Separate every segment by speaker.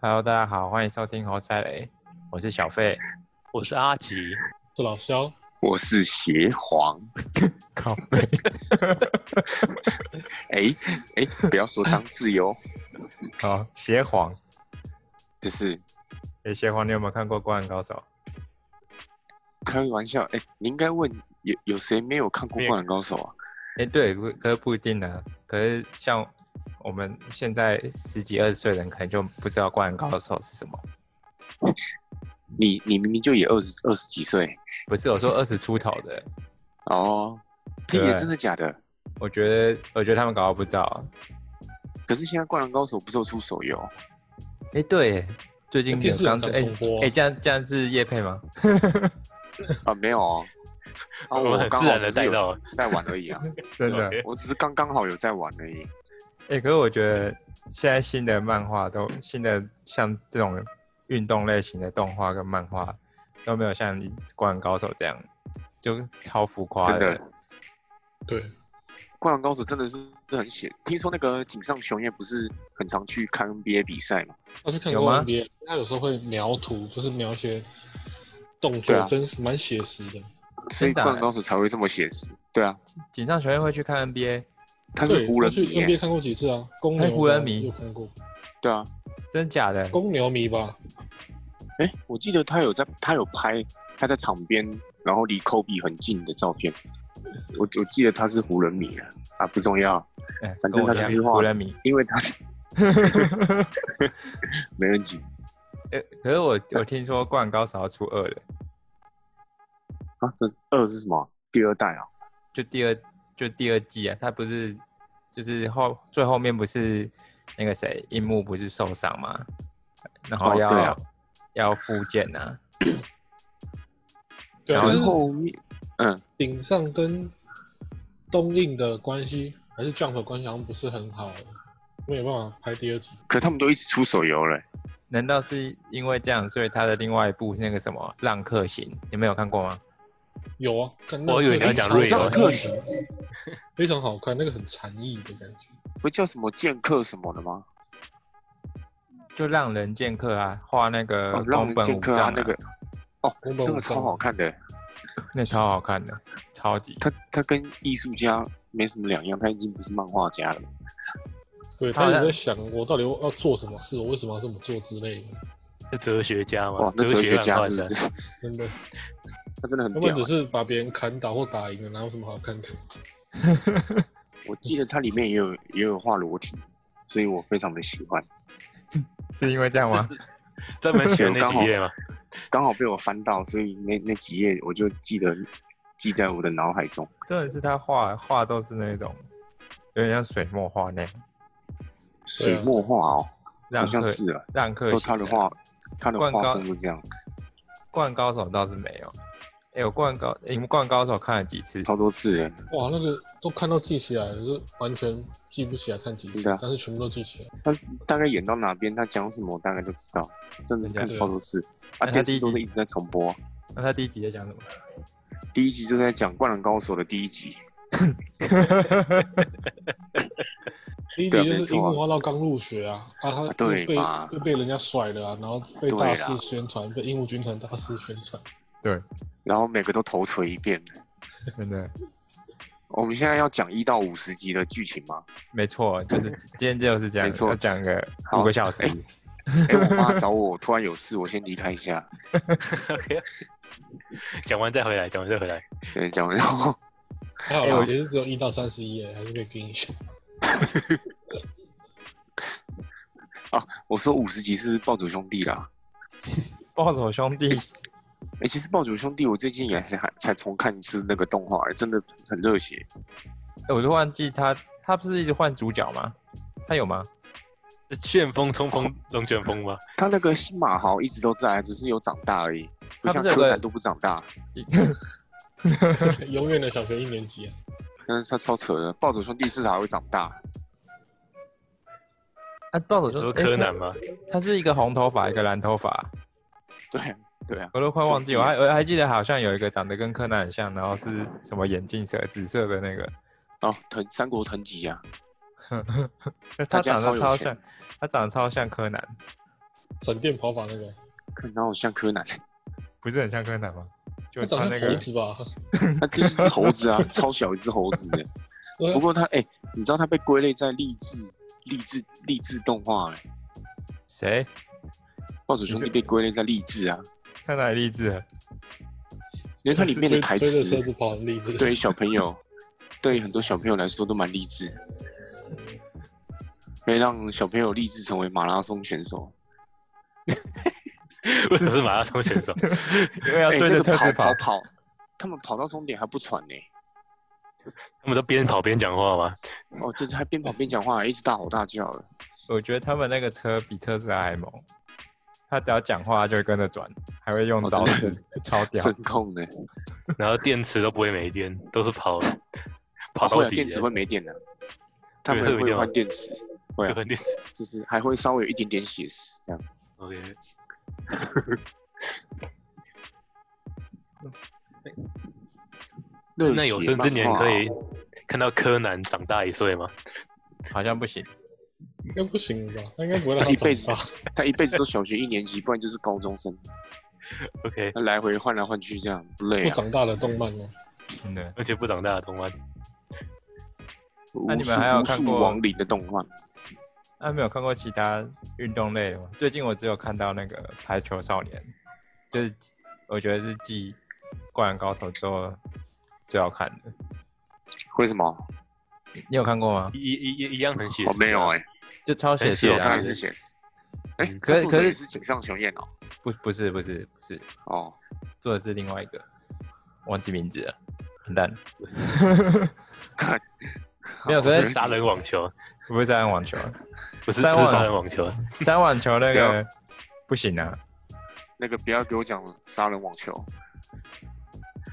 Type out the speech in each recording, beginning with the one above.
Speaker 1: Hello，大家好，欢迎收听侯赛雷，我是小费。
Speaker 2: 我是阿吉，
Speaker 3: 是老肖，
Speaker 4: 我是邪 皇。
Speaker 1: 靠背，
Speaker 4: 哎、哎、不要说张自 由，
Speaker 1: 好，邪皇，
Speaker 4: 就是
Speaker 1: 诶，邪皇，你有没有看过《灌篮高手》？
Speaker 4: 开玩笑。哎、你应该问有有谁没有看过
Speaker 2: 没
Speaker 4: 《
Speaker 2: 有
Speaker 4: 灌篮高手》啊？
Speaker 1: 哎、对，可可是不一定呢。可是像我们现在十几二十岁的人，可能就不知道《灌篮高手》是什么。
Speaker 4: 你你明明就也二十二十几岁
Speaker 1: 不是，我说二十出头的，
Speaker 4: 哦，屁
Speaker 1: 对
Speaker 4: 眼真的假的？
Speaker 1: 我觉得，我觉得他们搞到不啊知道。
Speaker 4: 可是现在《灌篮高手》不是有出手游？
Speaker 1: 哎、对耶，最近
Speaker 3: 电
Speaker 1: 有
Speaker 3: 视
Speaker 1: 刚出，
Speaker 3: 有上
Speaker 1: 哎
Speaker 3: 重播
Speaker 1: 哎、
Speaker 3: 啊，
Speaker 1: 这样这样是叶配吗？
Speaker 4: 啊，没有 哦。啊，
Speaker 2: 我们很
Speaker 4: 刚
Speaker 2: 自
Speaker 4: 好
Speaker 2: 然
Speaker 4: 只
Speaker 2: 的
Speaker 4: 是
Speaker 2: 带
Speaker 4: 有
Speaker 2: 到了，
Speaker 4: 在玩而 已啊，
Speaker 1: 真的。
Speaker 2: OK
Speaker 4: 我只是刚刚好有在玩而已。
Speaker 1: 哎、可是我觉得现在新的漫画都新的像这种运动类型的动画跟漫画都没有像《灌篮高手》这样，就超浮夸
Speaker 4: 真的
Speaker 1: 的。
Speaker 3: 对，
Speaker 4: 《灌篮高手》真的是很险。听说那个井上雄彦不是很常去看 NBA 比赛嘛？
Speaker 3: 他去看
Speaker 1: 有
Speaker 3: 过
Speaker 1: 吗
Speaker 3: NBA，他有时候会描图，就是描一些动
Speaker 4: 对
Speaker 3: 作
Speaker 4: 啊，
Speaker 3: 真是蛮写实的。
Speaker 4: 所
Speaker 1: 真
Speaker 4: 以《
Speaker 1: 假的
Speaker 4: 灌篮高手》才会这么写实。对啊，
Speaker 1: 井上学院会去看 NBA，
Speaker 4: 他是
Speaker 3: 对，
Speaker 4: 湖人
Speaker 3: 他去
Speaker 4: 迷耶、
Speaker 3: NBA 看过几次啊？公
Speaker 1: 哎
Speaker 3: 牛
Speaker 1: 湖人迷
Speaker 3: 有看过，
Speaker 4: 对啊，
Speaker 1: 真假的？
Speaker 3: 公牛迷吧？
Speaker 4: 哎、我记得他有在，他有拍他在场边，然后离科比很近的照片。我我记得他是湖人迷啊，啊不重要，
Speaker 1: 哎、
Speaker 4: 反
Speaker 1: 跟
Speaker 4: 正
Speaker 1: 我
Speaker 4: 他
Speaker 1: 一
Speaker 4: 就
Speaker 1: 样
Speaker 4: 是画
Speaker 1: 湖人迷。
Speaker 4: 因为他没问题
Speaker 1: 哎、可是我我听说《灌篮高手》要出二了，
Speaker 4: 啊。这二是什么？第二代啊？
Speaker 1: 就第二就第二季啊，他不是就是后最后面不是那个谁樱木不是受伤吗？然后
Speaker 4: 哦
Speaker 1: 要、
Speaker 4: 对啊
Speaker 1: 要复健啊。
Speaker 3: 对
Speaker 1: 然
Speaker 3: 啊，可是
Speaker 4: 然后面嗯，
Speaker 3: 顶上跟东映的关系还是 Jump 的关系好像不是很好，没有办法拍第二集。
Speaker 4: 可他们都一直出手游了、
Speaker 1: 难道是因为这样，所以他的另外一部那个什么《浪客行》，你们有看过吗？
Speaker 3: 有啊，看
Speaker 2: 我以为你要讲瑞
Speaker 4: 欧
Speaker 3: 欧，非常好看，那个很禅意的感觉。
Speaker 4: 不叫什么剑客什么的吗？
Speaker 1: 就《浪人剑客》啊，画那个
Speaker 4: 哦，让
Speaker 1: 宫
Speaker 4: 人
Speaker 1: 本
Speaker 4: 剑
Speaker 1: 武
Speaker 4: 客
Speaker 1: 藏、
Speaker 4: 啊
Speaker 1: 啊，
Speaker 4: 那个哦
Speaker 3: 宫本
Speaker 4: 那
Speaker 3: 武
Speaker 4: 个
Speaker 3: 藏
Speaker 4: 超好，看的、
Speaker 1: 那超好看的，超级。
Speaker 4: 他他跟艺术家没什么两样，他已经不是漫画家了。
Speaker 3: 对
Speaker 1: 他
Speaker 3: 他
Speaker 1: 好
Speaker 3: 也
Speaker 1: 像
Speaker 3: 在想我到底要做什么事，我为什么要这么做之类的，
Speaker 2: 是哲学家嘛
Speaker 4: 哇，，那哲
Speaker 2: 学
Speaker 4: 学
Speaker 2: 漫
Speaker 4: 家
Speaker 2: 画
Speaker 4: 是不是？
Speaker 3: 真的。
Speaker 4: 他真的很
Speaker 3: 要不
Speaker 4: 屌
Speaker 3: 然
Speaker 4: 啊、
Speaker 3: 只是把别人砍倒或打赢了，哪有什么好看的？
Speaker 4: 我记得它里面也有也有画裸体，所以我非常的喜欢。
Speaker 1: 是因为这样 吗？
Speaker 2: 专门写的那几页嘛，
Speaker 4: 刚好被我翻到，所以那那几页我就记得记在我的脑海中。
Speaker 1: 真的是他画画都是那种有点像水墨画那样，
Speaker 3: 对啊
Speaker 4: 水墨画哦，好
Speaker 1: 浪客
Speaker 4: 像是啊，
Speaker 1: 浪客
Speaker 4: 都
Speaker 1: 行、
Speaker 4: 他的画，他的
Speaker 1: 灌
Speaker 4: 画
Speaker 1: 高
Speaker 4: 风是这样，
Speaker 1: 灌篮高手倒是没有。哎、我灌篮高，你们灌篮高手看了几次？
Speaker 4: 超多次哎。
Speaker 3: 哇，那个都看到记起来了，就是完全记不起来看几次
Speaker 4: 对啊，
Speaker 3: 但是全部都记起来。
Speaker 4: 他大概演到哪边，他讲什么，我大概就知道。真的是看
Speaker 3: 对
Speaker 4: 超多次
Speaker 1: 那他
Speaker 4: 啊，电
Speaker 1: 第一集
Speaker 4: 视都是一直在重播。
Speaker 1: 那他第一集在讲什么？
Speaker 4: 第一集就在讲《灌篮高手》的第一集，
Speaker 3: 第一集
Speaker 4: 对啊
Speaker 3: 就是
Speaker 4: 没
Speaker 3: 樱
Speaker 4: 错啊
Speaker 3: 木花道刚入学啊，啊他
Speaker 4: 啊对
Speaker 3: 被
Speaker 4: 嘛
Speaker 3: 被被人家甩了啊，然后被
Speaker 4: 对
Speaker 3: 大
Speaker 4: 啦
Speaker 3: 肆宣传，被樱木军团大肆宣传。
Speaker 4: 然后每个都头锤一遍。
Speaker 1: 真的，
Speaker 4: 我哦们现在要讲一到五十集的剧情吗？
Speaker 1: 没错，就是今天就是这样，
Speaker 4: 没错
Speaker 1: 要讲个
Speaker 4: 好
Speaker 1: 五个小时。
Speaker 4: 哎哎、我妈找我，突然有事，我先离开一下。
Speaker 2: OK，讲完再回来，讲完再回来。
Speaker 4: 对，讲完然后
Speaker 3: 还好
Speaker 1: 哎我
Speaker 3: 啦，也是只有一到三十一，还是可以跟一下。
Speaker 4: 我说五十集是暴走兄弟啦。
Speaker 1: 暴走兄 弟，
Speaker 4: 哎、其实暴走兄弟我最近也还还才重看一次那个动画、哎真的很热血。
Speaker 1: 欸我都忘记他，他不是一直换主角吗？他有 吗？
Speaker 2: 是旋风冲锋龙卷风吗？
Speaker 4: 他那个新马豪一直都在，只是有长大而已，不
Speaker 1: 他不
Speaker 4: 像
Speaker 1: 是有
Speaker 4: 柯
Speaker 1: 个
Speaker 4: 南都不长大。
Speaker 3: 永远的小学一年级啊，
Speaker 4: 但是他超扯的，暴走兄弟至少还会长大。
Speaker 1: 啊，暴走
Speaker 2: 你
Speaker 1: 兄
Speaker 2: 说哎
Speaker 1: 弟，
Speaker 2: 柯
Speaker 1: 欸
Speaker 2: 南吗？
Speaker 1: 他他是一个红头发，一个蓝头发，
Speaker 4: 对对啊，
Speaker 1: 我都快忘记。
Speaker 4: 兄弟
Speaker 1: 我还我还记得好像有一个长得跟柯南很像，然后是什么眼镜蛇紫色的那个，
Speaker 4: 哦，藤三国藤吉啊，
Speaker 1: 他长
Speaker 4: 家
Speaker 1: 得
Speaker 4: 超有
Speaker 1: 超
Speaker 4: 钱
Speaker 1: 像，他长得超像柯南。
Speaker 3: 闪电跑法那个，
Speaker 4: 看哪有像柯南？
Speaker 1: 不是很像柯南吗？就
Speaker 3: 他
Speaker 1: 穿
Speaker 3: 长
Speaker 1: 那
Speaker 3: 得像
Speaker 1: 个
Speaker 3: 猴子吧？
Speaker 4: 他就是只猴子啊，超小一只猴子的。
Speaker 3: 对啊
Speaker 4: 不过他哎、你知道他被归类在励志、励志、励志动画、欸，
Speaker 1: 谁？
Speaker 4: 暴走兄弟
Speaker 1: 你是
Speaker 4: 被归类在励志啊，
Speaker 1: 他哪里励志啊了？
Speaker 4: 因为它里面的
Speaker 3: 追
Speaker 4: 台
Speaker 3: 追
Speaker 4: 词
Speaker 3: 着车子跑很励志。
Speaker 4: 对于小朋友，对于很多小朋友来说都蛮励志，可以让小朋友立志成为马拉松选手。
Speaker 2: 为什么是马拉松选手？
Speaker 1: 因为要
Speaker 4: 哎
Speaker 1: 追
Speaker 4: 那
Speaker 1: 着
Speaker 4: 个
Speaker 1: 车子
Speaker 4: 跑跑，他们跑到终点还不喘呢、
Speaker 2: 他们都边跑边讲话吗？
Speaker 4: 哦，就是还边跑边讲话，一直大吼大叫的。
Speaker 1: 我觉得他们那个车比特斯拉还猛，他只要讲话他就会跟着转，还会用
Speaker 4: 哦
Speaker 1: 招
Speaker 4: 真
Speaker 1: 式，超屌
Speaker 4: 声。控的，
Speaker 2: 然后电池都不会没电，都是 跑跑
Speaker 4: 会
Speaker 2: 到
Speaker 4: 啊，哦
Speaker 2: 底的。
Speaker 4: 电池会没电的、他
Speaker 2: 对
Speaker 4: 们
Speaker 2: 会
Speaker 4: 会
Speaker 2: 有
Speaker 4: 换电池，会
Speaker 2: 会
Speaker 4: 啊，
Speaker 2: 换电池。
Speaker 4: 就是还会稍微有一点点血丝这样。
Speaker 2: OK，
Speaker 4: 热
Speaker 2: 那有
Speaker 4: 血
Speaker 2: 生之
Speaker 4: 漫
Speaker 2: 年
Speaker 4: 画哦
Speaker 2: 可以看到柯南长大一岁吗？
Speaker 1: 好像不行。
Speaker 3: 应该不行吧？他应该不会让他
Speaker 4: 一辈子
Speaker 3: 长大。
Speaker 4: 他一辈子都小学一年级，不然就是高中生，
Speaker 2: OK，
Speaker 4: 他来回换来换去这样不累
Speaker 3: 不
Speaker 4: 啊？
Speaker 3: 长大的动漫哦，
Speaker 1: 真的，
Speaker 2: 而且不长大的动漫，
Speaker 1: 那
Speaker 4: 无
Speaker 1: 你
Speaker 4: 数
Speaker 1: 们还有
Speaker 4: 无
Speaker 1: 看
Speaker 4: 数
Speaker 1: 过
Speaker 4: 亡灵的动画，
Speaker 1: 那、没有看过其他运动类的吗？最近我只有看到那个排球少年，就是我觉得是继《灌篮高手》之后最好看的。
Speaker 4: 为什么？
Speaker 1: 你有看过吗？
Speaker 2: 一一一一样很写实、啊
Speaker 4: 哦，没有哎、
Speaker 1: 就超写
Speaker 4: 只
Speaker 1: 实
Speaker 4: 有
Speaker 1: 的
Speaker 4: 他
Speaker 1: 啊、
Speaker 4: 还是写实。哎、
Speaker 1: 嗯
Speaker 4: 可
Speaker 1: 可是可是
Speaker 4: 是井上雄彦哦，
Speaker 1: 不不是不是不是，
Speaker 4: 哦，
Speaker 1: 做的是另外一个，忘记名字了，完蛋。没有，可
Speaker 2: 不
Speaker 1: 是
Speaker 2: 是杀人网球，
Speaker 1: 不是三人网球，
Speaker 2: 不是
Speaker 1: 杀人
Speaker 2: 不
Speaker 1: 网
Speaker 2: 是杀人网球，
Speaker 1: 三人网球那
Speaker 4: 不
Speaker 1: 个不行啊，
Speaker 4: 那个不要给我讲杀人网球，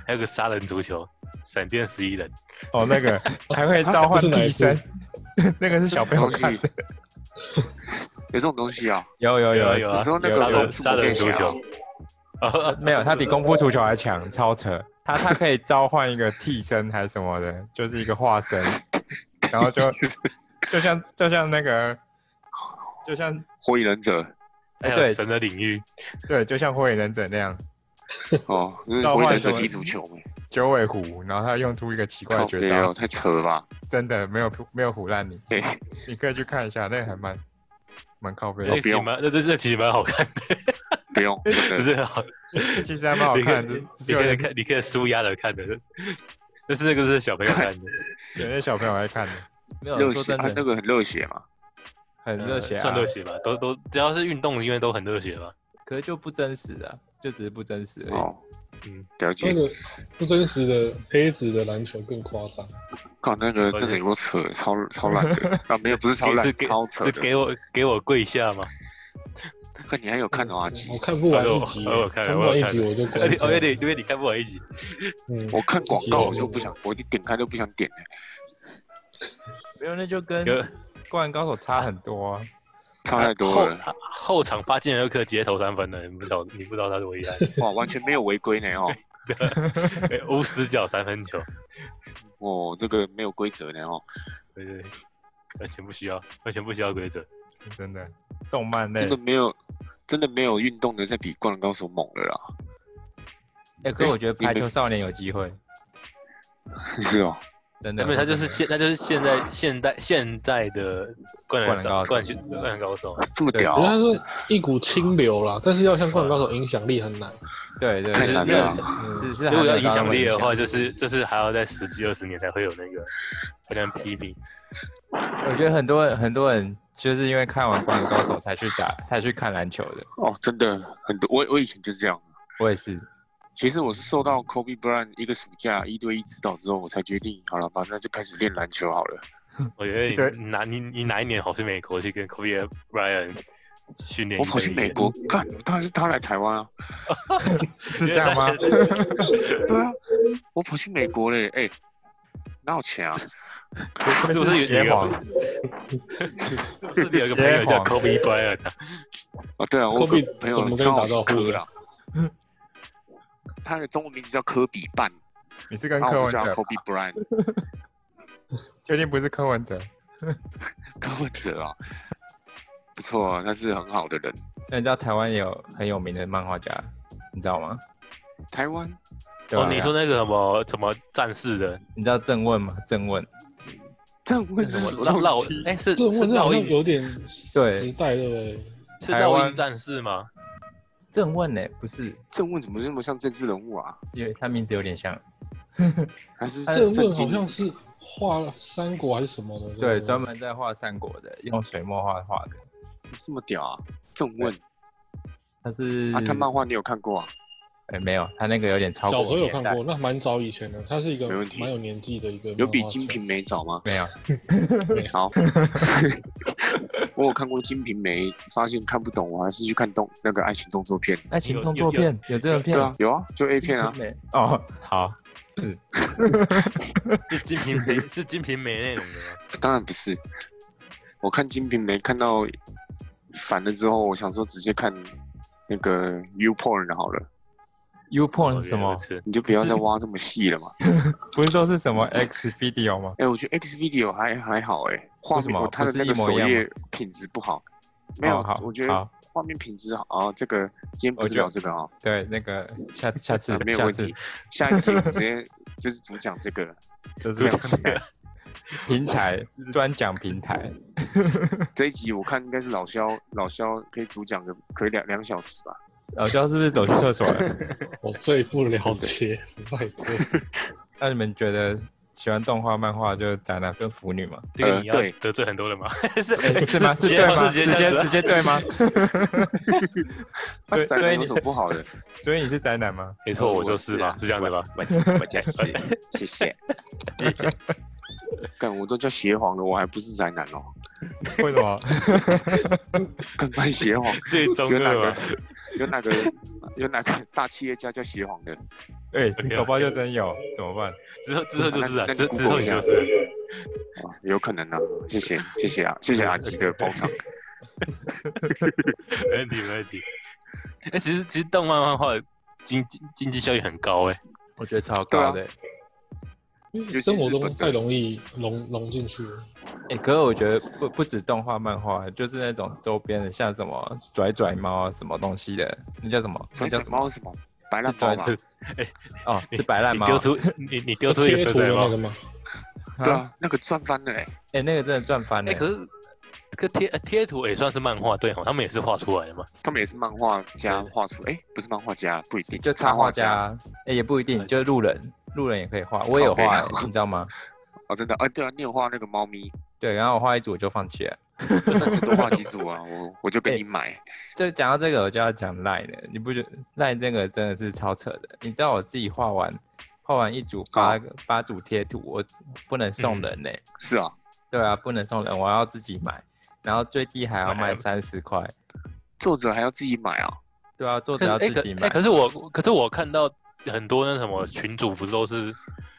Speaker 2: 还有个杀人足球，闪电十一人，
Speaker 1: 哦那个还会召 唤
Speaker 3: 啊不是哪一
Speaker 1: 替身
Speaker 3: 部，
Speaker 1: 那个是 小朋友看的。
Speaker 4: 有这种东西啊？
Speaker 1: 有有有
Speaker 2: 有啊
Speaker 4: 你说那
Speaker 2: 有杀
Speaker 4: 个
Speaker 2: 人杀人足 球，哦，
Speaker 1: 没有，他比功夫足球还强，超扯。他他可以召唤一个替身还是什么的， 就是一个化身，然后就就像就像那个，就像
Speaker 4: 火影忍者
Speaker 2: 还有
Speaker 1: 哦对
Speaker 2: 神的领域，
Speaker 1: 对，就像火影忍者那样，
Speaker 4: 哦，就是
Speaker 1: 召
Speaker 4: 火影
Speaker 1: 唤
Speaker 4: 忍者
Speaker 1: 什么
Speaker 4: 踢足球没？
Speaker 1: 九尾狐，然后他用出一个奇怪
Speaker 4: 靠
Speaker 1: 的绝
Speaker 4: 北
Speaker 1: 招
Speaker 4: 哦，，太扯了吧？
Speaker 1: 真的没有没有唬烂你
Speaker 4: 对，
Speaker 1: 你可以去看一下，那个还蛮蛮靠背
Speaker 2: 那
Speaker 1: 的，
Speaker 2: 集
Speaker 4: 用
Speaker 2: 蛮那那那集蛮好看的，
Speaker 4: 不用，真的
Speaker 2: 不是好，
Speaker 1: 其实还蛮好看的，
Speaker 2: 你
Speaker 1: 只是
Speaker 2: 可以你
Speaker 1: 有
Speaker 2: 可以
Speaker 1: 点
Speaker 2: 看，你可以舒压的看的， 但是那个是小朋友看的，
Speaker 1: 有些小朋友爱看的。没有
Speaker 4: 热
Speaker 1: 说
Speaker 4: 血
Speaker 1: 真
Speaker 4: 啊，那
Speaker 1: 的，
Speaker 4: 个很热血嘛。
Speaker 1: 很热血
Speaker 2: 呃
Speaker 1: 啊
Speaker 2: 算，热血吧，都都只要是运动，因为都很热血嘛。
Speaker 1: 可是就不真实啊，就只是不真实而已。
Speaker 4: 哦，
Speaker 2: 嗯，
Speaker 4: 了
Speaker 3: 那
Speaker 4: 解。
Speaker 3: 个不真实的黑子的篮球更夸张。
Speaker 4: 靠，那个真的有扯，超超烂 的啊！没有，不是超
Speaker 2: 是
Speaker 4: 烂，
Speaker 2: 给
Speaker 4: 超扯
Speaker 2: 是
Speaker 4: 的。
Speaker 2: 给我给我跪下嘛，
Speaker 4: 看你还有看到 阿基
Speaker 3: 我？看不完一集，
Speaker 2: 哎我看
Speaker 3: 看不
Speaker 2: 我
Speaker 3: 完
Speaker 2: 有
Speaker 3: 一
Speaker 2: 看
Speaker 3: 集我就
Speaker 2: 而
Speaker 3: 关
Speaker 2: 且
Speaker 3: 掉
Speaker 2: 而且你
Speaker 3: 了。
Speaker 2: 因为你看不完一集，
Speaker 3: 嗯，
Speaker 4: 我看广
Speaker 2: 哦
Speaker 4: 告我就不想，我一点开都不想点了，
Speaker 1: 没有，那就跟
Speaker 2: 有
Speaker 1: 《灌篮高手》差很多、啊。
Speaker 4: 差太多了。
Speaker 2: 后后场发进了一颗直接投三分的，你不知道你不知道他 多厉害，
Speaker 4: 哇，完全没有违规呢哦！
Speaker 2: 哎无死角三分球，
Speaker 4: 哦，这个没有规则呢哦。
Speaker 2: 对对，对完全不需要，完全不需要规则。
Speaker 1: 真的，动漫类
Speaker 4: 真的。没有，真的没有运动的在比《灌篮高手》猛了啦。
Speaker 1: 哎、可是我觉得
Speaker 4: 你
Speaker 1: 排
Speaker 4: 们
Speaker 1: 球少年有机会，
Speaker 4: 是哦，
Speaker 1: 真的。
Speaker 2: 那么哎他就是
Speaker 1: 真的
Speaker 2: 现，他就是现在现代现代的灌篮高
Speaker 1: 灌篮高
Speaker 2: 灌
Speaker 1: 手
Speaker 2: 篮灌篮高手，
Speaker 4: 这么
Speaker 1: 对
Speaker 4: 屌
Speaker 3: 只是
Speaker 4: 哦、
Speaker 3: 它是一股清流啦，但是要像《灌篮高手》影响力很难。
Speaker 1: 对对
Speaker 4: 太
Speaker 1: 对，
Speaker 4: 难
Speaker 1: 没有
Speaker 4: 了
Speaker 2: 啊
Speaker 1: 只是
Speaker 2: 如
Speaker 1: 还
Speaker 2: 果
Speaker 1: 没
Speaker 2: 要
Speaker 1: 有
Speaker 2: 影响力的
Speaker 1: 到那么
Speaker 2: 话，
Speaker 1: 影响
Speaker 2: 就是就是还要在十几二十年才会有那个才能批评。
Speaker 1: 我觉得很多人很多人就是因为看完《灌篮高手》才去打，才去看篮球的。
Speaker 4: 哦，真的很多。我我以前就是这样。
Speaker 1: 我也是，
Speaker 4: 其实我是受到 Kobe Bryant 一个暑假一对一指导之后，我才决定好了吧，那就开始练篮球好了。
Speaker 2: 我觉得
Speaker 1: 对
Speaker 2: 你你哪你你哪一年跑去美国去跟 Kobe Bryant 训练？
Speaker 4: 我跑去美国，干，当然是他来台湾啊。
Speaker 1: 是这样吗？
Speaker 4: 对啊，我跑去美国嘞，哎、哪有钱啊？
Speaker 1: 是
Speaker 2: 是不是有
Speaker 1: 邪
Speaker 2: 有一个
Speaker 1: 皇？
Speaker 2: 是不是有个朋友叫 Kobe Bryant 啊？
Speaker 4: 啊，对啊，我有
Speaker 3: Kobe
Speaker 4: 个朋友
Speaker 3: 怎么跟你
Speaker 4: 刚好
Speaker 3: 打
Speaker 4: 姓
Speaker 3: 招呼
Speaker 4: 柯
Speaker 3: 的
Speaker 4: 啦，他的中文名字叫科比半，
Speaker 1: 你是跟
Speaker 4: 然后
Speaker 1: 柯
Speaker 4: 啊我
Speaker 1: 文
Speaker 4: 就叫他
Speaker 1: 哲？
Speaker 4: Kobe Bryant，
Speaker 1: 确定不是柯文哲？
Speaker 4: 柯文哲啊，不错啊，他是很好的人，
Speaker 1: 那你知道台湾也有很有名的漫画家，你知道吗？
Speaker 4: 台湾
Speaker 1: 对啊吧、
Speaker 2: 哦，你说那个什么什么战士的，
Speaker 1: 你知道郑问吗？郑问，
Speaker 4: 这会是
Speaker 2: 什
Speaker 4: 什么
Speaker 2: 么烙
Speaker 4: 东
Speaker 2: 烙
Speaker 4: 西？
Speaker 2: 哎是
Speaker 3: 这
Speaker 2: 是
Speaker 3: 问这好
Speaker 2: 烙
Speaker 3: 像
Speaker 2: 印
Speaker 3: 有点
Speaker 1: 对
Speaker 3: 时代，对不对？
Speaker 2: 是
Speaker 1: 台
Speaker 2: 烙
Speaker 1: 湾
Speaker 2: 印战士吗？
Speaker 1: 郑问呢、不是，
Speaker 4: 郑问怎么这么像政治人物啊？
Speaker 1: 因为他名字有点像，
Speaker 4: 还是
Speaker 3: 这
Speaker 4: 郑
Speaker 3: 问好
Speaker 4: 经
Speaker 3: 像是画了三国还是什么的？
Speaker 2: 哦
Speaker 1: 对，
Speaker 3: 不
Speaker 1: 专门在画三国的，用水墨画画的。
Speaker 4: 这么屌啊？郑问
Speaker 1: 他是
Speaker 4: 啊，他漫画你有看过啊？
Speaker 1: 哎、没有，他那个有点超过
Speaker 3: 小时候
Speaker 1: 我
Speaker 3: 有
Speaker 1: 年
Speaker 3: 看
Speaker 1: 代
Speaker 3: 过，那蛮早以前的。他是一个
Speaker 4: 没问题
Speaker 3: 蛮有年纪的一个漫画家，
Speaker 4: 有比《金瓶梅》早吗？
Speaker 1: 没有，
Speaker 4: 好，我有看过《金瓶梅》，发现看不懂，我还是去看动那个爱情动作片。
Speaker 1: 爱情动作片有这种片
Speaker 4: 对啊，有啊，就 A 片 啊，
Speaker 1: 没哦，好是
Speaker 2: 是金瓶梅是金瓶梅那种的吗？
Speaker 4: 当然不是。我看《金瓶梅》看到烦了之后，我想说直接看那个 U Porn 好了，
Speaker 1: U
Speaker 2: 哦
Speaker 1: Porn 是什么？
Speaker 2: 原来如此
Speaker 4: 你就不要再挖这么细了嘛。
Speaker 1: 不是说是什么 X Video 吗？
Speaker 4: 哎、我觉得 X Video 还还好哎、画
Speaker 1: 为什
Speaker 4: 面
Speaker 1: 么
Speaker 4: 我它的
Speaker 1: 不是
Speaker 4: 那个
Speaker 1: 一模
Speaker 4: 首
Speaker 1: 一样吗
Speaker 4: 页品质不好，没有，
Speaker 1: 哦好，
Speaker 4: 我觉得
Speaker 1: 好，
Speaker 4: 画面品质好。啊，这个今天不
Speaker 1: 我
Speaker 4: 是
Speaker 1: 觉得
Speaker 4: 聊这个啊、
Speaker 1: 对，那个 下下次
Speaker 4: 啊没有
Speaker 1: 下
Speaker 4: 问
Speaker 1: 次
Speaker 4: 题。下一期我们直接 就是主讲这个，
Speaker 1: 就是
Speaker 4: 非常期待。
Speaker 1: 平台专讲平台，
Speaker 4: 这一集我看应该是老肖，老肖可以主讲个可以两两小时吧。
Speaker 1: 老焦是不是走去厕所了？
Speaker 3: 我最不了解，拜托。
Speaker 1: 那你们觉得喜欢动画、漫画就宅男跟腐女吗？
Speaker 2: 这个你要
Speaker 4: 对
Speaker 2: 得罪很多人吗？是
Speaker 1: 哎 是吗？是对吗？直
Speaker 2: 啊
Speaker 1: 接直接对吗？
Speaker 4: 那
Speaker 1: 对
Speaker 4: 宅
Speaker 1: 所
Speaker 4: 男
Speaker 1: 以
Speaker 4: 有
Speaker 1: 你
Speaker 4: 什么不好的？
Speaker 1: 所以你是宅男吗？
Speaker 2: 没 错，我就是嘛
Speaker 4: 啊，
Speaker 2: 是这样的吧？？
Speaker 4: 我我我就是，谢 谢。谢谢。干，我都叫邪皇了，我还不是宅男哦，
Speaker 1: 为什么？
Speaker 4: 干扮邪皇。
Speaker 2: 最中
Speaker 4: 有哪
Speaker 2: 二啊
Speaker 4: 个
Speaker 2: 嘛，？
Speaker 4: 有哪个？有哪个大企业家叫邪皇的？
Speaker 1: 哎，你搞不好就真有，怎么办？
Speaker 2: 之后之后就是啊，
Speaker 4: 那那
Speaker 2: 之
Speaker 4: 你
Speaker 2: 之后
Speaker 4: Google
Speaker 2: 你
Speaker 4: 一下
Speaker 2: 就是 了。
Speaker 4: 啊，有可能啊。谢谢，谢谢啊，谢谢阿吉的包场。
Speaker 2: 没问题，没问题。哎、其实其实动漫漫画的经经经济效益很高哎、
Speaker 1: 我觉得超高的。欸
Speaker 3: 因为
Speaker 4: 其是
Speaker 3: 生活
Speaker 4: 日本
Speaker 3: 中
Speaker 4: 的
Speaker 3: 太容易融融进去了。
Speaker 1: 哎，可是我觉得不不止动画、漫画，就是那种周边的，像什么拽拽猫啊，什么东西的，那叫什么？那
Speaker 4: 转
Speaker 1: 叫
Speaker 4: 角
Speaker 1: 什么？
Speaker 4: 猫什么？白烂猫嘛
Speaker 2: 是。
Speaker 1: 哦，是白烂
Speaker 2: 你
Speaker 1: 猫。
Speaker 2: 丢出你你丢出一
Speaker 3: 贴
Speaker 2: 个车
Speaker 3: 图的
Speaker 2: 仔
Speaker 3: 那
Speaker 2: 猫
Speaker 3: 个，吗？
Speaker 4: 对啊，那个赚翻了哎。
Speaker 1: 哎，那个真的赚翻
Speaker 2: 哎、
Speaker 1: 了。
Speaker 2: 可是可贴呃贴图也算是漫画对吼，他们也是画出来的嘛。
Speaker 4: 他们也是漫画家画出，哎，不是漫画家，不一定，
Speaker 1: 就插
Speaker 4: 插
Speaker 1: 画家
Speaker 4: 家
Speaker 1: 啊，哎、也不一定，就是路人，路人也可以画，我也有画、欸
Speaker 4: 靠
Speaker 1: 你知道吗？
Speaker 4: 哦，真的，啊，对啊，你有画那个猫咪，
Speaker 1: 对，然后我画一组我就放弃了。
Speaker 4: 那你多画几组啊，我我就给你买。
Speaker 1: 这讲到这个，我就要讲赖了，你不觉得赖这个真的是超扯的？你知道我自己画完，画完一组八个、八组贴图，我不能送人欸呢、
Speaker 4: 是啊，
Speaker 1: 对啊，不能送人，我要自己买，然后最低还要
Speaker 2: 买
Speaker 1: 卖
Speaker 2: 了
Speaker 1: 三十块。
Speaker 4: 作者还要自己买啊。
Speaker 1: 对啊，作者
Speaker 2: 可是
Speaker 1: 要
Speaker 2: 哎、
Speaker 1: 自己
Speaker 2: 可、哎
Speaker 1: 买。
Speaker 2: 可是我可是我看到很多那什么群主不是都是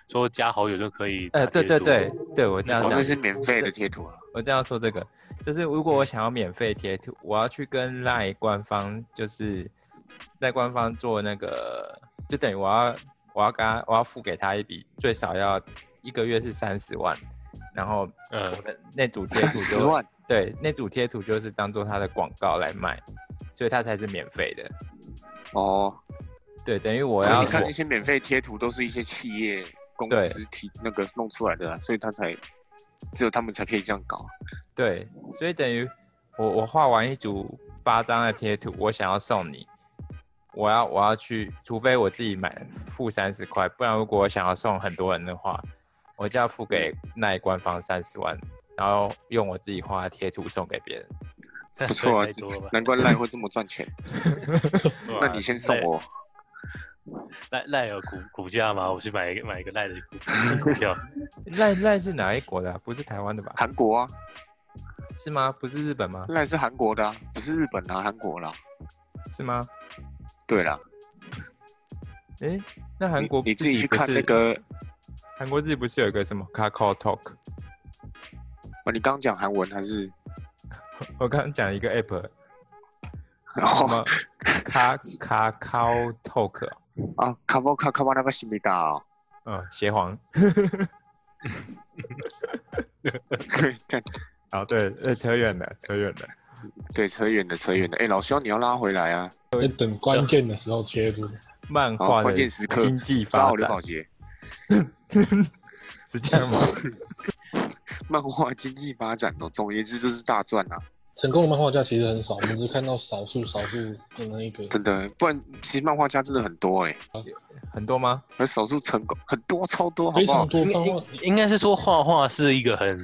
Speaker 2: 说加好友就可以
Speaker 1: 呃，
Speaker 2: 打
Speaker 1: 对对
Speaker 2: 贴图
Speaker 1: 对对，我这样
Speaker 4: 哦，
Speaker 1: 讲，
Speaker 4: 那是免费的贴图啊。
Speaker 1: 我这样说这个，就是如果我想要免费贴图，我要去跟 LINE 官方，就是在官方做那个，就等于我要我要跟他我要付给他一笔，最少要一个月是三十万，然后
Speaker 2: 嗯
Speaker 1: 我的那组贴
Speaker 4: 三
Speaker 1: 图
Speaker 4: 十
Speaker 1: 就、
Speaker 4: 万，
Speaker 1: 对那组贴图就是当做他的广告来卖，所以它才是免费的。
Speaker 4: 哦，
Speaker 1: 对，等于我
Speaker 4: 所以
Speaker 1: 要
Speaker 4: 你看那些免费贴图都是一些企业公司提那个弄出来的啊，所以他才只有他们才可以这样搞。
Speaker 1: 对，所以等于我我画完一组八张的贴图，我想要送你，我要我要去，除非我自己买付三十块，不然如果我想要送很多人的话，我就要付给奈官方三十万，然后用我自己画的贴图送给别人。
Speaker 2: 不
Speaker 4: 不错啊
Speaker 2: 太多了吧？
Speaker 4: 难怪赖会这么赚钱。
Speaker 2: 啊
Speaker 4: 那你先送我，
Speaker 2: 赖赖有股股价吗？我去买一个买一个赖的 股股票。
Speaker 1: 赖赖是哪一国的啊、不是台湾的吧？
Speaker 4: 韩国啊，
Speaker 1: 是吗？不是日本吗？
Speaker 4: 赖是韩国的啊，不是日本啊，韩国啦。
Speaker 1: 是吗？
Speaker 4: 对啦，
Speaker 1: 诶，那韩
Speaker 4: 你
Speaker 1: 国
Speaker 4: 你自己去
Speaker 1: 不
Speaker 4: 看
Speaker 1: 是
Speaker 4: 那个，
Speaker 1: 韩国自己不是有一个什么 Kakao Talk？
Speaker 4: 哦你刚刚讲韩文还是？
Speaker 1: 我刚刚讲一个 app，什
Speaker 4: 哦
Speaker 1: 么卡卡 Kakao Talk 哦
Speaker 4: 啊，卡巴卡卡巴那个西米达哦，
Speaker 1: 嗯，邪皇。
Speaker 4: 看
Speaker 1: 哦啊，对，呃，扯远了，扯远了。
Speaker 4: 对，扯远了，扯远了。哎、老肖，你要拉回来啊！
Speaker 3: 在等关键的时候切入。
Speaker 1: 漫
Speaker 4: 好
Speaker 1: 画
Speaker 4: 关
Speaker 1: 的
Speaker 4: 键时刻
Speaker 1: 经济
Speaker 4: 抓
Speaker 1: 发
Speaker 4: 我刘
Speaker 1: 展
Speaker 4: 宝杰，
Speaker 1: 是这样 吗？
Speaker 4: 漫画经济发展哦，总而言之就是大赚啊！
Speaker 3: 成功的漫画家其实很少，我们只看到少数少数的那一个。
Speaker 4: 真的，不然其实漫画家真的很多哎、
Speaker 1: 很多吗？
Speaker 4: 而手术成功很多，超多，好
Speaker 3: 非
Speaker 4: 不好
Speaker 3: 常？多漫画，
Speaker 2: 应该是说画画是一个很，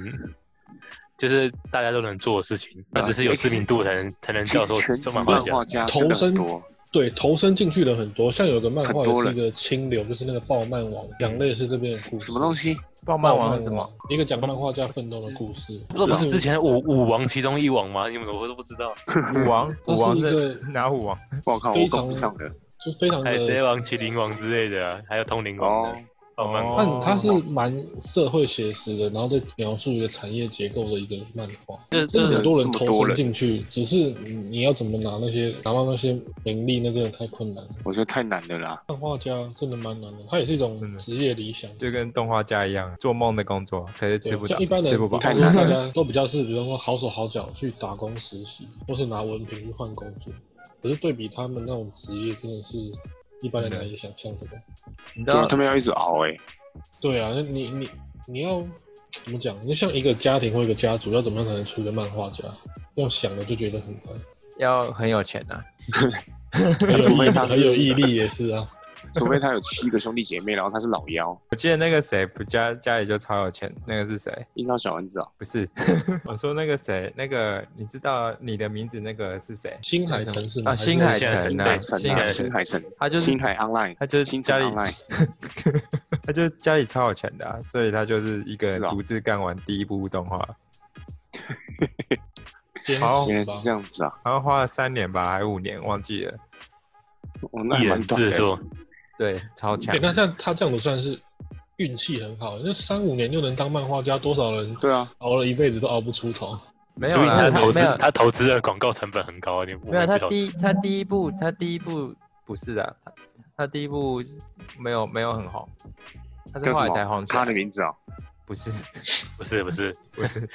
Speaker 2: 就是大家都能做的事情，
Speaker 4: 啊
Speaker 2: 那只是有知名度才能才能
Speaker 4: 其
Speaker 2: 叫
Speaker 4: 实
Speaker 2: 做
Speaker 4: 全
Speaker 2: 这
Speaker 4: 职
Speaker 2: 漫
Speaker 4: 漫
Speaker 2: 家。
Speaker 4: 画家
Speaker 3: 投
Speaker 4: 真的很
Speaker 3: 身
Speaker 4: 多，
Speaker 3: 对投身进去的很多，像有个漫画
Speaker 4: 很
Speaker 3: 也
Speaker 4: 多人
Speaker 3: 是一个清流，就是那个暴漫王，讲类似这边的故事。
Speaker 4: 什么东？西？
Speaker 1: 棒棒
Speaker 3: 暴
Speaker 1: 王
Speaker 3: 漫
Speaker 1: 是什么？？
Speaker 3: 一个讲漫画家奋斗的故事。
Speaker 2: 这不
Speaker 4: 啊
Speaker 3: 就是
Speaker 2: 之前五五王其中一王吗？你们怎么都不知道？
Speaker 1: 虎 王，
Speaker 3: 它
Speaker 1: 虎王
Speaker 3: 是一
Speaker 1: 是
Speaker 3: 个
Speaker 1: 哪虎王？
Speaker 4: 我靠，我
Speaker 3: 非
Speaker 4: 跟不
Speaker 3: 常
Speaker 4: 上的
Speaker 3: 就非常
Speaker 2: 海贼
Speaker 3: 的，
Speaker 2: 王、麒麟王之类的啊、还有通灵王
Speaker 4: 哦
Speaker 2: 的、。傲慢
Speaker 1: 哦
Speaker 2: 王。
Speaker 3: 但它是蛮社会写实的，然后再描述一个产业结构的一个漫画。
Speaker 2: 这
Speaker 3: 是
Speaker 2: 这
Speaker 4: 的
Speaker 3: 很多人
Speaker 4: 这么多
Speaker 3: 投
Speaker 4: 人
Speaker 3: 身进去，只是你你要怎么拿那些拿到那些名利，那真的太困难了。
Speaker 4: 我觉得太难了啦。
Speaker 3: 漫画家真的蛮难的，它也是一种
Speaker 1: 真的
Speaker 3: 职业理想。
Speaker 1: 就跟动画家一样，做梦的工作，可是
Speaker 3: 对
Speaker 1: 吃不到
Speaker 3: 像一般，人
Speaker 1: 吃不饱。
Speaker 3: 大
Speaker 4: 太
Speaker 3: 部
Speaker 4: 难
Speaker 3: 分
Speaker 4: 了
Speaker 3: 大家都比较是，比方说好手好脚去打工实习，或是拿文凭去换工作。可是对比他们那种职业，真的是一般人难以想象的。
Speaker 1: 你知
Speaker 4: 对啊
Speaker 1: 道
Speaker 4: 他们要一直熬哎、欸，
Speaker 3: 对啊，那你你你要怎么讲？你像一个家庭或一个家族，要怎么样才能出一个漫画家？用想的就觉得很 难，
Speaker 1: 要很有钱啊，
Speaker 4: 除非他
Speaker 3: 很有
Speaker 4: 是，
Speaker 3: 毅力也是啊。
Speaker 4: 除非他有七个兄弟姐妹，然后他是老幺，
Speaker 1: 我记得那个谁，不家家里就超有钱，那个是谁？
Speaker 4: 樱桃小丸子啊，
Speaker 1: 不是， 我说那个谁，那个你知道你的名字那个是谁？
Speaker 3: 新海诚是吗
Speaker 1: 啊，新海诚
Speaker 4: 新
Speaker 1: 啊，
Speaker 4: 海诚
Speaker 1: 新
Speaker 4: 啊，
Speaker 1: 海
Speaker 4: 新
Speaker 1: 诚，
Speaker 4: 海诚，
Speaker 1: 他就是
Speaker 4: 新海 online，
Speaker 1: 他就是
Speaker 4: 新
Speaker 1: 家
Speaker 4: 海
Speaker 1: 里
Speaker 4: online，
Speaker 1: 他就是家里超有钱的啊、所以他就是一个人
Speaker 4: 是哦
Speaker 1: 独自干完第一部动画，
Speaker 3: 坚持
Speaker 1: 好
Speaker 4: 原来是这
Speaker 3: 吧，
Speaker 4: 样子啊，
Speaker 1: 好像花了三年吧，还五年，忘记了。
Speaker 4: 哦，那
Speaker 2: 一
Speaker 4: 还蛮
Speaker 2: 人
Speaker 4: 短
Speaker 2: 制
Speaker 4: 的。
Speaker 2: 作，
Speaker 1: 对，超强
Speaker 3: 对，。那像他这样子算是运气很好，那三五年就能当漫画家，多少人
Speaker 4: 对啊，
Speaker 3: 熬了一辈子都熬不出头？
Speaker 1: 没有
Speaker 2: 所以
Speaker 1: 啦，
Speaker 2: 他
Speaker 1: 他
Speaker 2: 投
Speaker 1: 没
Speaker 2: 资
Speaker 1: 有
Speaker 2: 他投资的广告成本很高啊，你
Speaker 1: 没有，他
Speaker 2: 一
Speaker 1: 第一他第一部他第一部不是的，他他第一部没有没有很红，他是
Speaker 4: 叫
Speaker 1: 后
Speaker 4: 什
Speaker 1: 来才红
Speaker 4: 么？
Speaker 1: 起来
Speaker 4: 他的名字啊，
Speaker 1: 不是
Speaker 2: 不是不是
Speaker 1: 不是，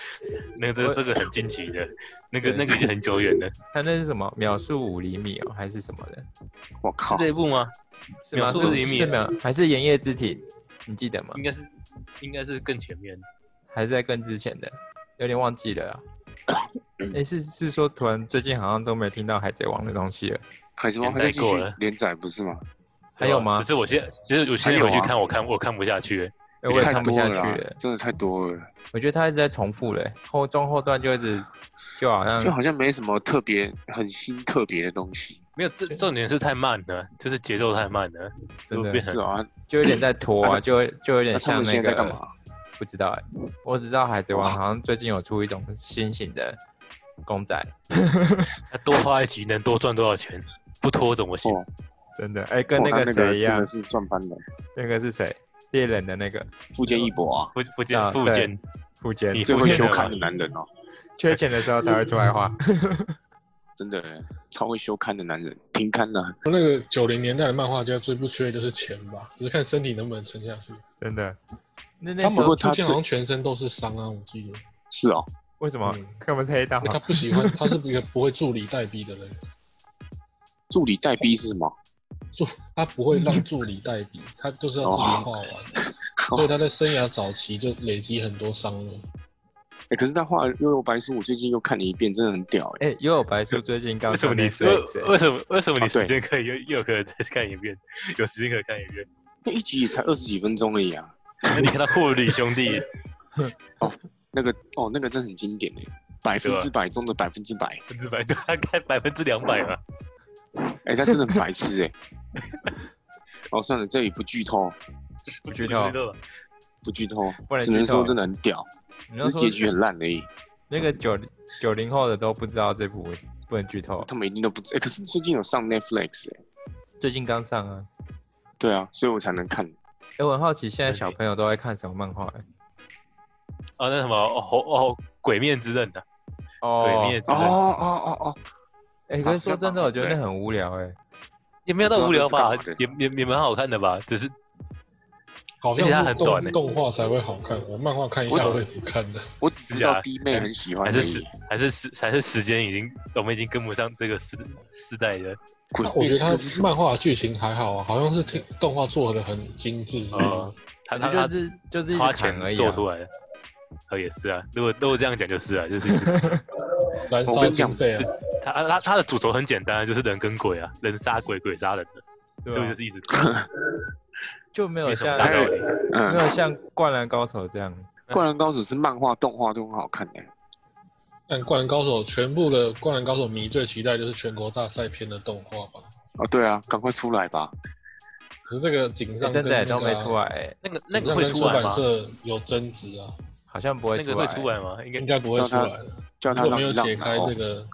Speaker 2: 那个
Speaker 1: 我
Speaker 2: 这这个很近期的，那个
Speaker 1: 对
Speaker 2: 那个已经很久远 了，
Speaker 1: 他那是什么秒速五厘米哦，还是什么的？
Speaker 4: 我靠，
Speaker 2: 这一部吗？
Speaker 1: 是吗？
Speaker 2: 秒速
Speaker 1: 是
Speaker 2: 5厘米
Speaker 1: 是秒还是盐业之体？你记得吗？
Speaker 2: 应该是应该是更前面，
Speaker 1: 还是在更之前的，有点忘记了啊。
Speaker 4: 嗯
Speaker 1: 哎、是是说，突然最近好像都没听到海贼王的东西了，
Speaker 4: 海贼王还
Speaker 2: 连
Speaker 4: 在
Speaker 2: 载
Speaker 4: 继
Speaker 2: 过
Speaker 4: 续
Speaker 2: 了
Speaker 4: 连载不是吗？
Speaker 1: 还
Speaker 4: 啊
Speaker 1: 有吗
Speaker 2: 只？是我现在只是我现
Speaker 4: 还
Speaker 2: 在
Speaker 4: 有
Speaker 2: 回
Speaker 4: 啊
Speaker 2: 去看，我看我看不下去，
Speaker 1: 哎我也
Speaker 4: 太
Speaker 1: 看不
Speaker 4: 多
Speaker 1: 下
Speaker 4: 了
Speaker 1: 去
Speaker 4: 啦
Speaker 1: 了，
Speaker 4: 真的太多了，
Speaker 1: 我觉得他一直在重复了、后中后段就一直就好像
Speaker 4: 就好像没什么特别很新特别的东西。
Speaker 2: 没有，这重点是太慢了，就是节奏太慢了，
Speaker 1: 真的
Speaker 2: 就变
Speaker 4: 是
Speaker 2: 成
Speaker 4: 啊，
Speaker 1: 就有点在拖啊，
Speaker 4: 那
Speaker 1: 就会就有点
Speaker 4: 那他
Speaker 1: 像
Speaker 4: 们
Speaker 1: 那
Speaker 4: 现在
Speaker 1: 个
Speaker 4: 在干嘛？啊
Speaker 1: 不知道哎、我只知道海贼王
Speaker 4: 哇
Speaker 1: 好像最近有出一种新型的公仔，
Speaker 2: 他多花一集能多赚多少钱，不拖怎么行？
Speaker 4: 哦，
Speaker 1: 真的哎、跟
Speaker 4: 哇
Speaker 1: 那
Speaker 4: 那
Speaker 1: 个谁一
Speaker 4: 真
Speaker 1: 样
Speaker 4: 的，是算翻了。
Speaker 1: 那个是谁？猎人的那个
Speaker 4: 富坚义博啊，
Speaker 2: 附附件
Speaker 1: 啊
Speaker 2: 附
Speaker 1: 对
Speaker 2: 件
Speaker 1: 富坚，
Speaker 2: 你
Speaker 4: 最
Speaker 2: 富
Speaker 4: 会
Speaker 2: 坚
Speaker 4: 修
Speaker 2: 的
Speaker 4: 刊
Speaker 2: 看
Speaker 4: 的男人哦，
Speaker 1: 缺钱的时候才会出来画。
Speaker 4: 真的耶超会修刊的男人，平刊的啊。
Speaker 3: 那个九零年代的漫画家最不缺的就是钱吧，只是看身体能不能撑下去。
Speaker 1: 真的。那那
Speaker 3: 他
Speaker 1: 时
Speaker 3: 们
Speaker 1: 候
Speaker 3: 会
Speaker 4: 过
Speaker 3: 他
Speaker 4: 他
Speaker 3: 好
Speaker 4: 最
Speaker 3: 像全身都是伤啊，我记得，
Speaker 4: 是哦，
Speaker 1: 为什么
Speaker 3: 嗯
Speaker 1: 看不是黑道
Speaker 3: 因为他
Speaker 1: 啊？
Speaker 3: 不喜 欢，他是一个不会助理代笔的人，
Speaker 4: 助理代逼是什么？
Speaker 3: 助他不会让助理代笔，他就是要自己画完，
Speaker 4: 哦
Speaker 3: 所以他在生涯早期就累积很多伤了。
Speaker 4: 哎，可是他画《幽游白书》，我最近又看了一遍，真的很屌哎。
Speaker 1: 哎、幽游白书最近刚
Speaker 2: 为什么
Speaker 1: 上
Speaker 2: 你
Speaker 1: Netflix，
Speaker 2: 为为
Speaker 1: 哎
Speaker 2: 什么为什么
Speaker 4: 啊
Speaker 2: 你时
Speaker 4: 对
Speaker 2: 间可以又又可以再看一遍，有时间可以看一遍？
Speaker 4: 那一集也才二十几分钟而已啊。
Speaker 2: 那你看到护理兄弟，
Speaker 4: 那个哦，那个真的很经典哎，百分之百中的百分之百。
Speaker 2: 百分之百对，大概百分之两百吧。
Speaker 4: 哎，他真的很白痴哎。哦，算了，这里不剧透，
Speaker 1: 不剧透
Speaker 2: 了。
Speaker 4: 不剧透
Speaker 1: 不然，
Speaker 4: 只能
Speaker 1: 剧透
Speaker 4: 说真的很屌，
Speaker 1: 你
Speaker 4: 只是
Speaker 1: 要
Speaker 4: 结局
Speaker 1: 说
Speaker 4: 很烂而已。
Speaker 1: 那个九九零后的都不知道这部不能剧透，
Speaker 4: 他们一定都不知。哎，可是最近有上 Netflix 哎。
Speaker 1: 最近刚上啊。
Speaker 4: 对啊，所以我才能
Speaker 3: 哦
Speaker 4: 看。
Speaker 1: 哎、我很好奇现在小朋友都在看什么漫画、哎
Speaker 2: 啊，那什么哦哦，鬼面之刃的、啊
Speaker 1: 哦
Speaker 2: 鬼，灭之
Speaker 4: 哦
Speaker 2: 刃、
Speaker 4: 哦哦哦，
Speaker 1: 哎、可是说真的，
Speaker 4: 好像蛮好
Speaker 1: 我觉得那很无聊哎、
Speaker 2: 也没有到无聊吧
Speaker 4: 不知道那是干嘛，
Speaker 2: 也也也蛮好看的吧，只是
Speaker 3: 好
Speaker 2: 而且它
Speaker 3: 像是
Speaker 2: 很
Speaker 3: 动
Speaker 2: 短欸
Speaker 3: 动画才会好看，我漫画看一下
Speaker 4: 我
Speaker 3: 我也不看的。
Speaker 4: 我只知
Speaker 2: 是
Speaker 4: 道
Speaker 2: 啊
Speaker 4: 弟妹很喜欢
Speaker 2: 还
Speaker 4: 而
Speaker 2: 是时
Speaker 4: 已。
Speaker 2: 还是时还是时间已经，我们已经跟不上这个时时代的。
Speaker 4: 滚
Speaker 3: 啊那我觉得
Speaker 4: 你是
Speaker 3: 它
Speaker 4: 不是
Speaker 3: 漫画的剧情还好啊，好像是听动画做的很精致，是吧
Speaker 4: 嗯
Speaker 2: 哦？他
Speaker 1: 感
Speaker 2: 他
Speaker 1: 觉
Speaker 2: 他
Speaker 1: 嗯就是就是一
Speaker 2: 花
Speaker 1: 直砍
Speaker 2: 钱
Speaker 1: 而已
Speaker 2: 做
Speaker 1: 啊。
Speaker 2: 出来的。呃，也是啊，如果如果这样讲就是啊，就是
Speaker 3: 燃
Speaker 4: 我
Speaker 3: 烧
Speaker 4: 跟你讲
Speaker 3: 经费啊，
Speaker 2: 他他他的主轴很简单，就是人跟鬼啊，人杀鬼，鬼杀人的，
Speaker 1: 对
Speaker 2: 所以
Speaker 1: 啊
Speaker 2: 就，是一直
Speaker 1: 就没有
Speaker 2: 没什么
Speaker 1: 像
Speaker 2: 大道
Speaker 4: 还
Speaker 2: 理。
Speaker 1: 没有
Speaker 4: 嗯，
Speaker 1: 像灌篮高手这样，
Speaker 4: 灌篮高手是漫画、动画都很好看的、
Speaker 3: 但《灌篮高手》全部的《灌篮高手》迷最期待就是全国大赛篇的动画吧。
Speaker 4: 哦，对啊，赶快出来吧！
Speaker 3: 可是这个井
Speaker 4: 哎
Speaker 3: 上
Speaker 1: 哎真
Speaker 3: 跟
Speaker 1: 的
Speaker 3: 那
Speaker 1: 也
Speaker 3: 个
Speaker 1: 都
Speaker 3: 啊
Speaker 1: 没出来，欸，
Speaker 2: 那个那
Speaker 3: 井
Speaker 2: 个
Speaker 3: 上
Speaker 2: 会
Speaker 3: 跟
Speaker 2: 出来
Speaker 3: 出版
Speaker 2: 吗？
Speaker 3: 社有争执啊，
Speaker 1: 好像不会
Speaker 2: 那
Speaker 1: 出
Speaker 2: 个
Speaker 1: 来。嗯
Speaker 2: 会出来吗？应该
Speaker 3: 应该不会出来了。
Speaker 4: 叫他
Speaker 3: 如果
Speaker 4: 让
Speaker 3: 没
Speaker 4: 一
Speaker 3: 有
Speaker 4: 让哦
Speaker 3: 解开
Speaker 4: 然后
Speaker 3: 这个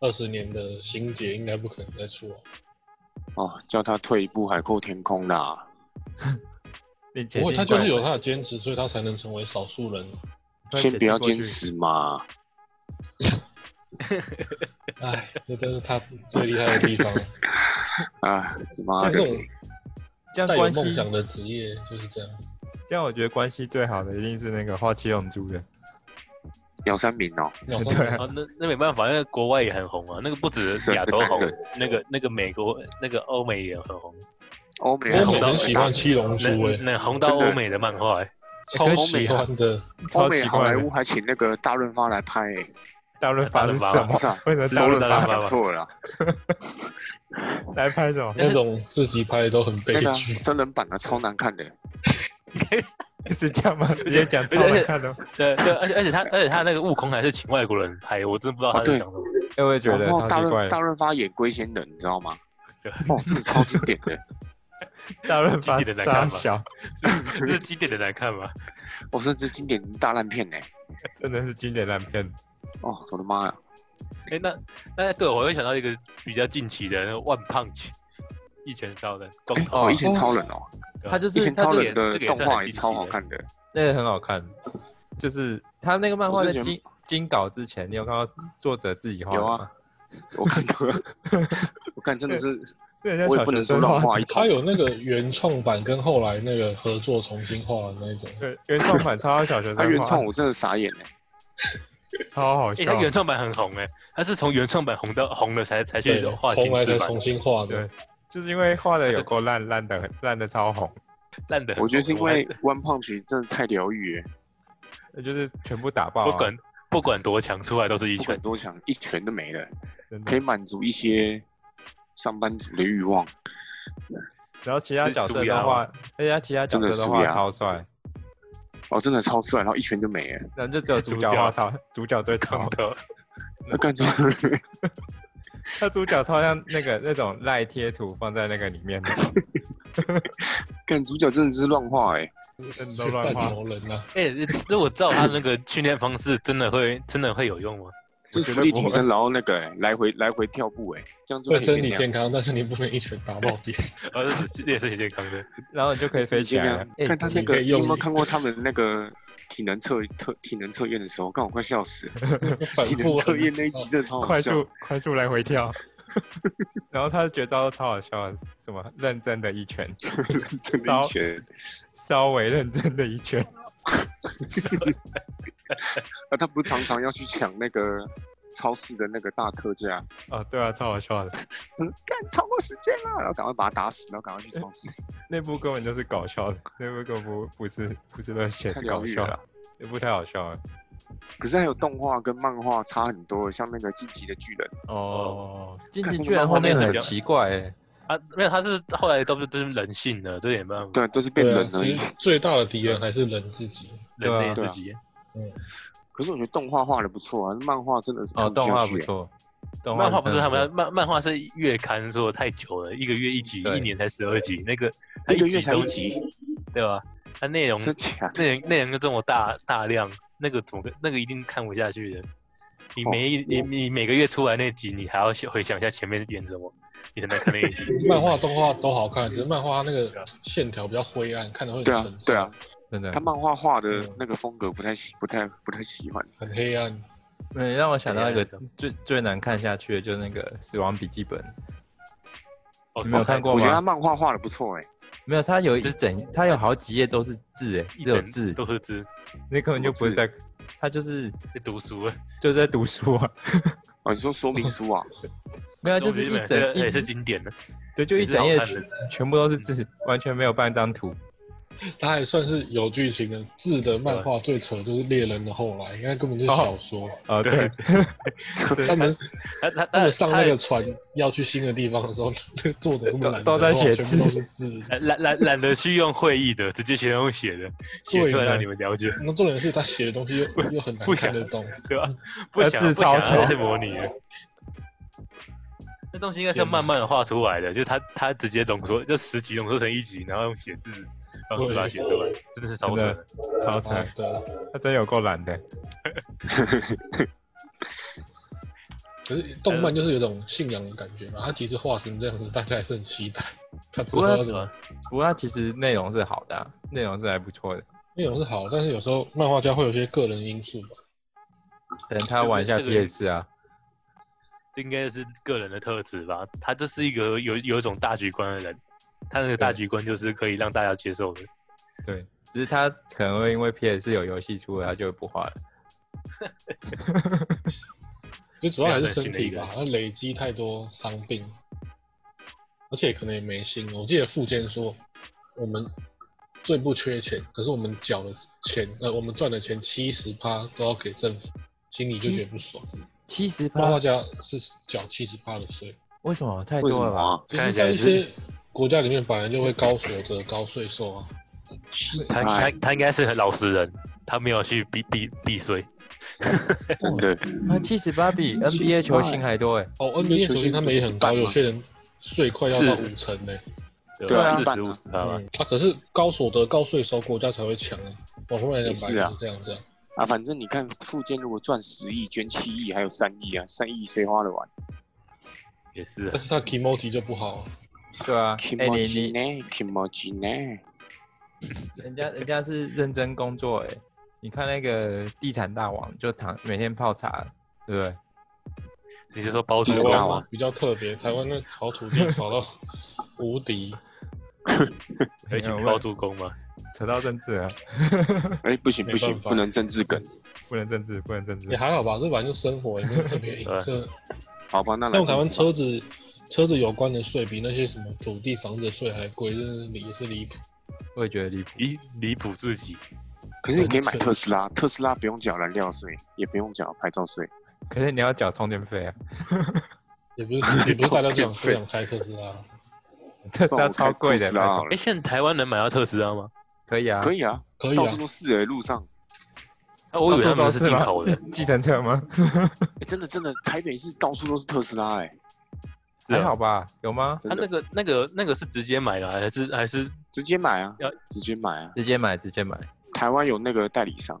Speaker 3: 二十年的心结，应该不可能再出来。啊
Speaker 4: 哦，叫他退一步海阔天空啦。
Speaker 1: 并且
Speaker 3: 不过他就是有他的坚持，所以他才能成为少数人。
Speaker 4: 先不要坚，持嘛，
Speaker 3: 唉，这真是他最厉害的地方。
Speaker 4: 啊，他妈
Speaker 3: 像
Speaker 4: 的
Speaker 3: 这，种
Speaker 1: 这样
Speaker 3: 带有
Speaker 1: 关
Speaker 3: 梦
Speaker 1: 系
Speaker 3: 想的职业就是这样。
Speaker 1: 这样我觉得关系最好的一定是那个花七龙珠的，
Speaker 4: 鸟山明哦，
Speaker 3: 鸟山
Speaker 1: 对啊
Speaker 2: 啊，那那没办法，那个国外也很红啊，那个不止亚洲红
Speaker 4: 神的男，
Speaker 2: 那个那个美国那个欧美也很红，
Speaker 4: 欧
Speaker 3: 欧
Speaker 4: 美人
Speaker 3: 美
Speaker 4: 很
Speaker 3: 很喜欢七龙珠欸
Speaker 2: 那
Speaker 3: 诶、
Speaker 2: 那红到
Speaker 4: 真的
Speaker 2: 欧美的漫画欸，
Speaker 3: 超喜欢的。
Speaker 4: 欧
Speaker 1: 超
Speaker 4: 美
Speaker 1: 奇
Speaker 4: 好
Speaker 1: 怪
Speaker 4: 莱
Speaker 1: 的
Speaker 4: 坞。还请那个大润发来拍、欸，
Speaker 1: 大润发是什
Speaker 2: 大润
Speaker 1: 么
Speaker 4: 发吧？
Speaker 1: 为什么
Speaker 2: 是
Speaker 1: 大
Speaker 4: 周润
Speaker 1: 润
Speaker 4: 发
Speaker 1: 发
Speaker 4: 讲错了啦，
Speaker 1: 来拍什么？
Speaker 3: 那种自己拍的都很悲
Speaker 4: 那个啊
Speaker 3: 剧，
Speaker 4: 真人版的超难看的、
Speaker 1: 是这样吗？直接讲超难看的。
Speaker 2: 对对，而且而且他而且他那个悟空还是请外国人拍，我真的不知道他
Speaker 4: 哦
Speaker 2: 在
Speaker 4: 对
Speaker 2: 想什么。
Speaker 1: 哎，我也 觉得
Speaker 4: 然后
Speaker 1: 超
Speaker 4: 大
Speaker 1: 奇怪
Speaker 4: 润
Speaker 1: 的
Speaker 4: 大。润发演龟仙人，你知 道吗？哦，这个超经典的，
Speaker 1: 大润发
Speaker 2: 经纪人来看
Speaker 1: 傻
Speaker 2: 吧
Speaker 1: 小，
Speaker 2: 是这是经典的来看嘛？
Speaker 4: 我说这经典大烂片呢、
Speaker 1: 真的是经典烂片。
Speaker 4: 哦，我的妈呀！
Speaker 2: 哎、那那对我会想到一个比较近期的那个 One Punch 一拳超人光头，
Speaker 4: 哦，一拳超人哦，
Speaker 2: 对吧
Speaker 1: 他就
Speaker 4: 一
Speaker 1: 是
Speaker 4: 拳
Speaker 1: 他
Speaker 4: 超
Speaker 1: 就
Speaker 2: 这
Speaker 1: 是
Speaker 2: 个
Speaker 4: 人的
Speaker 2: 也这个也
Speaker 4: 动
Speaker 2: 算
Speaker 4: 画
Speaker 2: 很
Speaker 4: 也
Speaker 2: 近期
Speaker 4: 超好
Speaker 2: 的
Speaker 4: 看的，
Speaker 1: 那个很好看，就是他那个漫画
Speaker 4: 我
Speaker 1: 在
Speaker 4: 之前
Speaker 1: 精精稿之前，你有看到作者自己画的
Speaker 4: 有啊
Speaker 1: 吗？
Speaker 4: 我看 过，我看真的是，
Speaker 1: 那很
Speaker 4: 我
Speaker 1: 像
Speaker 4: 也
Speaker 1: 小
Speaker 4: 不能
Speaker 1: 学
Speaker 4: 说
Speaker 1: 生画
Speaker 4: 乱
Speaker 1: 的。
Speaker 4: 画一
Speaker 3: 他
Speaker 4: 通。
Speaker 3: 有那个原创版跟后来那个合作重新画的那一种。
Speaker 1: 对， 原创版超像小学生
Speaker 4: 他
Speaker 1: 画的，
Speaker 4: 原创我真的傻眼哎、
Speaker 1: 超好
Speaker 2: 哎、
Speaker 1: 笑
Speaker 2: 他。原创版很红哎、他是从原创版红到红了才才去
Speaker 3: 对，
Speaker 2: 画
Speaker 3: 红
Speaker 2: 精
Speaker 3: 来
Speaker 2: 致
Speaker 3: 才
Speaker 2: 版
Speaker 3: 重，新画的
Speaker 1: 对。，就是因为画的有够烂，烂的烂的超红，
Speaker 2: 烂的。
Speaker 4: 我觉得是因为 One Punch 真的太疗愈了，
Speaker 1: 就是全部打爆
Speaker 2: 不
Speaker 1: 啊。
Speaker 2: 管不管多强，出来都是一
Speaker 4: 不管
Speaker 2: 拳。
Speaker 4: 多强，一拳都没了，
Speaker 1: 真的
Speaker 4: 可以满足一些上班族的欲望。
Speaker 1: 然后其他角色的
Speaker 2: 是舒压
Speaker 1: 话，而且他其他角
Speaker 4: 啊真的啊
Speaker 1: 色的
Speaker 4: 舒
Speaker 1: 话
Speaker 4: 压
Speaker 1: 超帅，
Speaker 4: 哦，真的超帅，然后一拳就没了，
Speaker 1: 然后就只有主
Speaker 2: 主
Speaker 1: 角
Speaker 2: 角
Speaker 1: 画超，主角最超，
Speaker 4: 哦
Speaker 2: 的，
Speaker 1: 嗯
Speaker 4: 那感觉
Speaker 1: 他主角超像那个那种赖贴图放在那个里面的，
Speaker 4: 干主角真的是乱画哎、
Speaker 1: 真的乱 画
Speaker 3: 干什么人啊？
Speaker 2: 哎、如果照他那个训练方式，真的会真的会有用吗？
Speaker 4: 就
Speaker 1: 觉
Speaker 4: 是
Speaker 1: 得
Speaker 4: 伏地
Speaker 1: 不
Speaker 4: 挺
Speaker 1: 会
Speaker 4: 身，然后那个、欸、来回来回跳步哎、这样就
Speaker 3: 对
Speaker 4: 可以
Speaker 3: 身体
Speaker 4: 变
Speaker 3: 健
Speaker 4: 量。
Speaker 3: 康，但是你不能一拳打爆别人。
Speaker 2: 而是练身体健康的，
Speaker 1: 然后你就可以飞起来了。哎，
Speaker 4: 看他那
Speaker 1: 你
Speaker 4: 个，
Speaker 3: 可以
Speaker 4: 你有
Speaker 3: 用
Speaker 4: 没有看过他们那个体能测特体能测验的时候？看我快笑死了，
Speaker 3: 反
Speaker 4: 体能
Speaker 3: 复
Speaker 4: 测验那一集真的超好
Speaker 1: 快
Speaker 4: 笑
Speaker 1: 速。快速来回跳， 然后他的绝招都超好笑的，什么认真的一拳，
Speaker 4: 真的一拳，
Speaker 1: 稍微认真的一拳，
Speaker 4: 那啊他不是常常要去抢那个超市的那个大特价？
Speaker 1: 哦，对啊，超好笑的。
Speaker 4: 嗯，干超过时间了，然后赶快把他打死，然后赶快去超市。
Speaker 1: 那部根本就是搞笑的，那部根本不不是不是热血，
Speaker 4: 太
Speaker 1: 是
Speaker 4: 疗
Speaker 1: 搞
Speaker 4: 愈
Speaker 1: 笑
Speaker 4: 了啦，
Speaker 1: 那部太好笑了。
Speaker 4: 可是还有动画跟漫画差很多，像那个《晋级的巨人》，
Speaker 1: 哦，进
Speaker 4: 看
Speaker 1: 击
Speaker 4: 那个
Speaker 1: 巨人
Speaker 4: 漫
Speaker 1: 后
Speaker 4: 画
Speaker 1: 面
Speaker 4: 真的
Speaker 1: 很
Speaker 4: 很
Speaker 1: 奇怪哎、
Speaker 2: 啊，没有，他是后来都是都是人性的，这也没办法，
Speaker 4: 对，都是变
Speaker 3: 对
Speaker 4: 人
Speaker 3: 啊，
Speaker 4: 而
Speaker 3: 其
Speaker 4: 已。
Speaker 3: 实最大的敌人还是人自己。
Speaker 2: 人类
Speaker 4: 对啊
Speaker 2: 自己。
Speaker 4: 可是我觉得动画画的不错啊，漫画真的是看
Speaker 1: 哦，
Speaker 4: 不
Speaker 1: 动
Speaker 4: 下
Speaker 1: 画
Speaker 4: 去
Speaker 1: 不
Speaker 4: 欸。
Speaker 1: 错，动
Speaker 2: 漫画
Speaker 1: 不
Speaker 2: 不是他们漫漫画是月刊，说太久了，一个月一集，
Speaker 1: 对
Speaker 2: 一年才十二集，那个它
Speaker 4: 一个月才
Speaker 2: 都
Speaker 4: 一，集，
Speaker 2: 对吧？它内容
Speaker 4: 真假
Speaker 1: 嗯
Speaker 4: 的？
Speaker 2: 内容内容又这么大大量，那个怎么个那个一定看不下去的。你
Speaker 4: 哦
Speaker 2: 每一、你你每个月出来那集，你还要想回想一下前面演什么，你才能看那一 集。
Speaker 3: 漫画、动画都好看，只是漫画它那个线条比较灰暗，看的会很
Speaker 4: 对啊
Speaker 3: 沉重
Speaker 4: 对啊，
Speaker 1: 真的
Speaker 4: 他。漫画画的
Speaker 3: 嗯
Speaker 4: 那个风格不太喜，不太不太喜欢。
Speaker 3: 很黑暗。
Speaker 1: 嗯，让我想到一个
Speaker 2: 对啊
Speaker 1: 最最难看下去的，就是那个《死亡笔记本》，
Speaker 2: 哦
Speaker 1: 你没有看过
Speaker 4: 我觉得
Speaker 1: 吗
Speaker 4: 他漫画画的不错哎，
Speaker 1: 没有，他有一整，他有好几页都是字，哎，
Speaker 2: 一
Speaker 1: 只有
Speaker 2: 整
Speaker 1: 字，
Speaker 2: 都是字，
Speaker 1: 那根本就不是
Speaker 4: 什
Speaker 1: 在，他就是
Speaker 2: 在读书啊，
Speaker 1: 就是在读书啊，
Speaker 4: 哦，你说说明书啊？
Speaker 1: 没有，就是一整
Speaker 2: 也是
Speaker 1: 一，
Speaker 2: 经典的，
Speaker 1: 对，就一
Speaker 2: 也是
Speaker 1: 整页
Speaker 2: 好看
Speaker 1: 全
Speaker 2: 的
Speaker 1: 全部都是字，完全没有半张图。
Speaker 3: 它还算是有剧情的。字的漫画最扯就是猎人的后来，应该根本就是小说。
Speaker 1: 哦，对，
Speaker 3: 他们
Speaker 2: 他他
Speaker 3: 他
Speaker 2: 他
Speaker 3: 们上那个船要去新的地方的时候， 那个作者根本懒得
Speaker 1: 都都在
Speaker 3: 画
Speaker 1: 写
Speaker 3: 全部
Speaker 1: 字
Speaker 3: 都是字。
Speaker 2: 他 懒懒懒得去用会议的，直接全用写的，写出来让你们了解，
Speaker 3: 那重点是他写的东西又又很难
Speaker 2: 不想
Speaker 3: 看得懂，
Speaker 2: 对吧？不
Speaker 1: 他
Speaker 2: 想
Speaker 1: 字
Speaker 2: 不
Speaker 1: 超
Speaker 2: 想
Speaker 1: 丑
Speaker 2: 还是模拟 的。那东西应该是要慢慢的画出来的，就他他直接浓缩，就十集浓缩成一集，然后用写字方式把它写出来，真的是超
Speaker 1: 真
Speaker 2: 扯
Speaker 1: 的
Speaker 2: 的。
Speaker 1: 超
Speaker 3: 啊
Speaker 2: 哦
Speaker 1: 惨，
Speaker 3: 对啊。
Speaker 1: 他真有够懒的。
Speaker 3: 可是动漫就是有种信仰的感觉嘛，它即使画成这样子，大家还是很期待。它之
Speaker 1: 不
Speaker 3: 后
Speaker 1: 会
Speaker 3: 要怎么
Speaker 1: 不过他其实内容是好的啊、内容是还不错的，
Speaker 3: 内容是好，但是有时候漫画家会有些个人因素嘛。
Speaker 1: 可能他玩一下
Speaker 2: 这个
Speaker 1: PS 啊，
Speaker 2: 这应该是个人的特质吧。他就是一个有有一种大局观的人，他那个大局观就是可以让大家接受的。
Speaker 1: 对，只是他可能会因为 PS 有游戏出了，他就不画了。
Speaker 3: 就主要还是
Speaker 2: 没有
Speaker 3: 身
Speaker 2: 人性的一
Speaker 3: 体
Speaker 2: 个人
Speaker 3: 吧，它累积太多伤病，而且可能也没心。我记得富坚说，我们最不缺钱，可是我们缴的钱，呃，我们赚的钱七十趴都要给政府，心里就觉得不爽。
Speaker 1: 七十
Speaker 3: 漫
Speaker 1: 趴
Speaker 3: 画，家是缴七十趴的税，
Speaker 1: 为什么 太
Speaker 4: 为什
Speaker 1: 多
Speaker 4: 么
Speaker 1: 了吧？
Speaker 4: 啊？
Speaker 3: 就是在一些国家里面本来就会高所得、高税收啊。
Speaker 2: 他他他应该是很老实人，他没有去避避避税。
Speaker 4: 真 的，
Speaker 1: 他啊七十八比
Speaker 4: 78
Speaker 1: NBA 球星还多哎、
Speaker 3: 哦
Speaker 4: 那
Speaker 3: ，NBA 球
Speaker 4: 球星
Speaker 3: 星他
Speaker 4: 不
Speaker 3: 们
Speaker 4: 是
Speaker 3: 也很
Speaker 4: 一半
Speaker 3: 高，有
Speaker 4: 吗
Speaker 3: 些人税快要到
Speaker 2: 是
Speaker 3: 五成呢、
Speaker 1: 对啊
Speaker 2: 四十五十吧。
Speaker 3: 嗯，啊，可是高所得、高税收国家才会强啊。我后来
Speaker 4: 也
Speaker 3: 讲
Speaker 4: 是
Speaker 3: 白
Speaker 4: 啊
Speaker 3: 是这样子、啊，
Speaker 4: 啊，反正你看，富坚如果赚十亿，捐七亿，还有三亿啊，三亿谁花得完
Speaker 2: 也是啊
Speaker 3: 但是他 k i m o j i 就不好、啊，
Speaker 1: 对啊，哎、你
Speaker 4: ？Kimochi
Speaker 1: 你
Speaker 4: 呢？Kimochi 呢？
Speaker 1: 人家人家是认真工作哎、你看那个地产大王就躺每天泡茶，对不对？
Speaker 2: 你是说包租
Speaker 4: 知
Speaker 2: 公
Speaker 4: 道
Speaker 2: 吗？
Speaker 4: 啊
Speaker 3: 比较特别。台湾那炒土地炒到无
Speaker 4: 嗯
Speaker 3: 敌，
Speaker 2: 而且
Speaker 1: 没有
Speaker 2: 包租公吗？
Speaker 1: 扯到政治了，啊
Speaker 4: 哎，不行
Speaker 3: 没
Speaker 4: 不行，
Speaker 3: 办法
Speaker 4: 不能政治梗。
Speaker 1: 不能政治，不能政治
Speaker 3: 也。还好吧，这反正就生活也没有特别影射。
Speaker 4: 好吧，那来
Speaker 3: 像台湾
Speaker 4: 政治吧
Speaker 3: 车子车子有关的税比那些什么土地、房子的税还贵，真是离是离谱。
Speaker 1: 我也觉得离谱。
Speaker 2: 离离谱至极，
Speaker 4: 可是你可以买特斯拉，特斯拉不用缴燃料税，也不用缴牌照税。
Speaker 1: 可是你要缴充电费啊，
Speaker 3: 也 不是也不是大家都想
Speaker 4: 超
Speaker 3: 都
Speaker 4: 变
Speaker 3: 想开特斯拉，
Speaker 1: 特斯
Speaker 4: 不然
Speaker 1: 拉
Speaker 4: 我开
Speaker 1: 超贵的
Speaker 4: 特斯，拉好
Speaker 2: 哎、
Speaker 4: 了，
Speaker 2: 现在台湾能买到特斯拉吗？
Speaker 1: 可以啊，
Speaker 4: 啊可以啊，
Speaker 3: 可以
Speaker 4: 到处
Speaker 3: 啊，
Speaker 4: 都是哎，路上。
Speaker 2: 啊，我以为他们
Speaker 1: 到
Speaker 2: 是
Speaker 1: 处
Speaker 2: 进
Speaker 1: 吗
Speaker 2: 口 的，
Speaker 1: 计程车吗？
Speaker 4: 哎，真的真的，台北市到处都是特斯拉，哎，
Speaker 2: 是啊
Speaker 1: 还好吧？有吗？
Speaker 4: 真
Speaker 2: 他啊那
Speaker 4: 的
Speaker 2: 个那个那个是直接买的，还是还是
Speaker 4: 直接买啊
Speaker 2: 要，
Speaker 4: 直接买啊。
Speaker 1: 直接买，直接买。
Speaker 4: 台湾有那个代理商，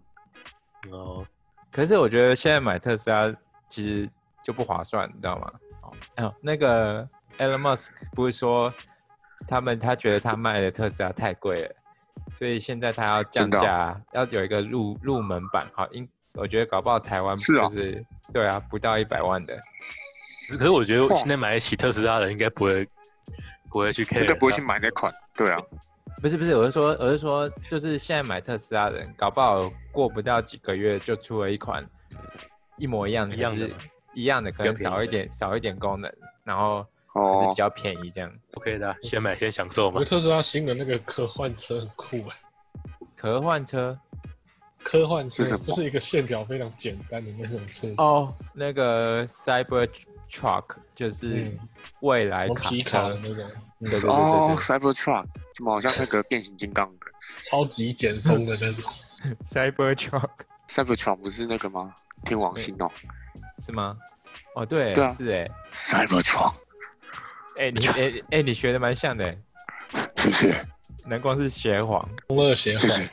Speaker 2: 哦？
Speaker 1: 可是我觉得现在买特斯拉其实就不划算，你知道吗？哦，哎呦那个 Elon Musk 不是说他们他觉得他卖的特斯拉太贵了，所以现在他要降
Speaker 4: 真的哦
Speaker 1: 价，要有一个入入门版。好，应我觉得搞不好台湾
Speaker 4: 是哦
Speaker 1: 就是、对啊，不到一百万的，
Speaker 2: 可是我觉得现在买得起特斯拉的人应该不会不会去 care，
Speaker 4: 应该不会去买那款。对啊，
Speaker 1: 不是不是，我是说我是说，就是现在买特斯拉的人，搞不好过不到几个月就出了一款一模一样的，
Speaker 2: 一样的
Speaker 1: 可是
Speaker 2: 吗
Speaker 1: 一样的，可能
Speaker 2: 比较便
Speaker 1: 少
Speaker 2: 宜
Speaker 1: 一点少一点功能，然后可是比
Speaker 4: 哦，
Speaker 1: 较便宜这样。
Speaker 2: OK 的啊，先买先享受
Speaker 3: 我觉
Speaker 2: 嘛
Speaker 3: 得。特斯拉新的那个科幻车很酷哎、
Speaker 1: 可换车
Speaker 3: 科幻车
Speaker 4: 是什么
Speaker 3: 就是一个线条非常简单的那种车子，
Speaker 1: 哦，那个 Cyber Truck 就是
Speaker 3: 嗯
Speaker 1: 未来
Speaker 3: 什么
Speaker 1: 卡
Speaker 3: 皮卡
Speaker 1: 车，
Speaker 3: 的那种，
Speaker 1: 对对对
Speaker 4: 哦
Speaker 1: 对
Speaker 4: ，Cybertruck，怎么好像那个变形金刚的
Speaker 3: 超级简风的那种。
Speaker 1: 对，Cyber Truck
Speaker 4: Cybertruck 不是那个吗？天王星哦
Speaker 1: 是吗？哦，对，
Speaker 4: 对啊
Speaker 1: 是哎，
Speaker 4: ，Cybertruck，
Speaker 1: 哎你哎哎你学的蛮像的，
Speaker 4: 谢谢
Speaker 1: 难怪是邪皇，
Speaker 3: 中二邪
Speaker 4: 谢
Speaker 3: 皇
Speaker 4: 谢，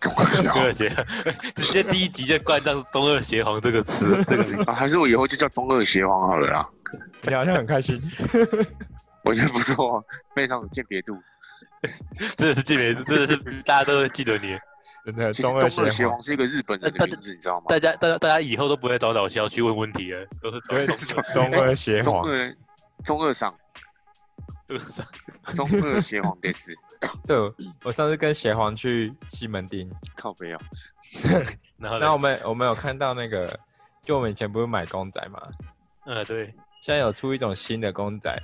Speaker 4: 中国协
Speaker 2: 中
Speaker 4: 皇
Speaker 2: 二邪，直接第一集就冠上“中二邪皇”这个 词，这个名字
Speaker 4: 啊，还是我以后就叫中二邪皇好了啦，
Speaker 1: 你好像很开心，
Speaker 4: 我觉得不错，非常有鉴别度。
Speaker 2: 真的是记得，真的是大家都会记得你。
Speaker 1: 真的
Speaker 4: 其实
Speaker 1: 中
Speaker 4: 中
Speaker 1: 二邪
Speaker 4: 二邪
Speaker 1: 皇
Speaker 4: 皇。是一个日本人的
Speaker 2: 呃但是
Speaker 4: 名字，你知道吗？
Speaker 2: 大家，大家，大家以后都不会找老肖去问问题了，都是
Speaker 1: 对
Speaker 2: 找 中二
Speaker 1: 中 二邪
Speaker 4: 中
Speaker 1: 皇，
Speaker 4: 二中二上
Speaker 2: 这个是
Speaker 4: 中二邪皇得死，
Speaker 1: 对，我上次跟邪皇去西门町，
Speaker 4: 靠背哦，
Speaker 2: 然后
Speaker 1: 那我
Speaker 2: 呢？
Speaker 1: 们我们有看到那个，就我们以前不是买公仔嘛，
Speaker 2: 呃，对，
Speaker 1: 现在有出一种新的公仔，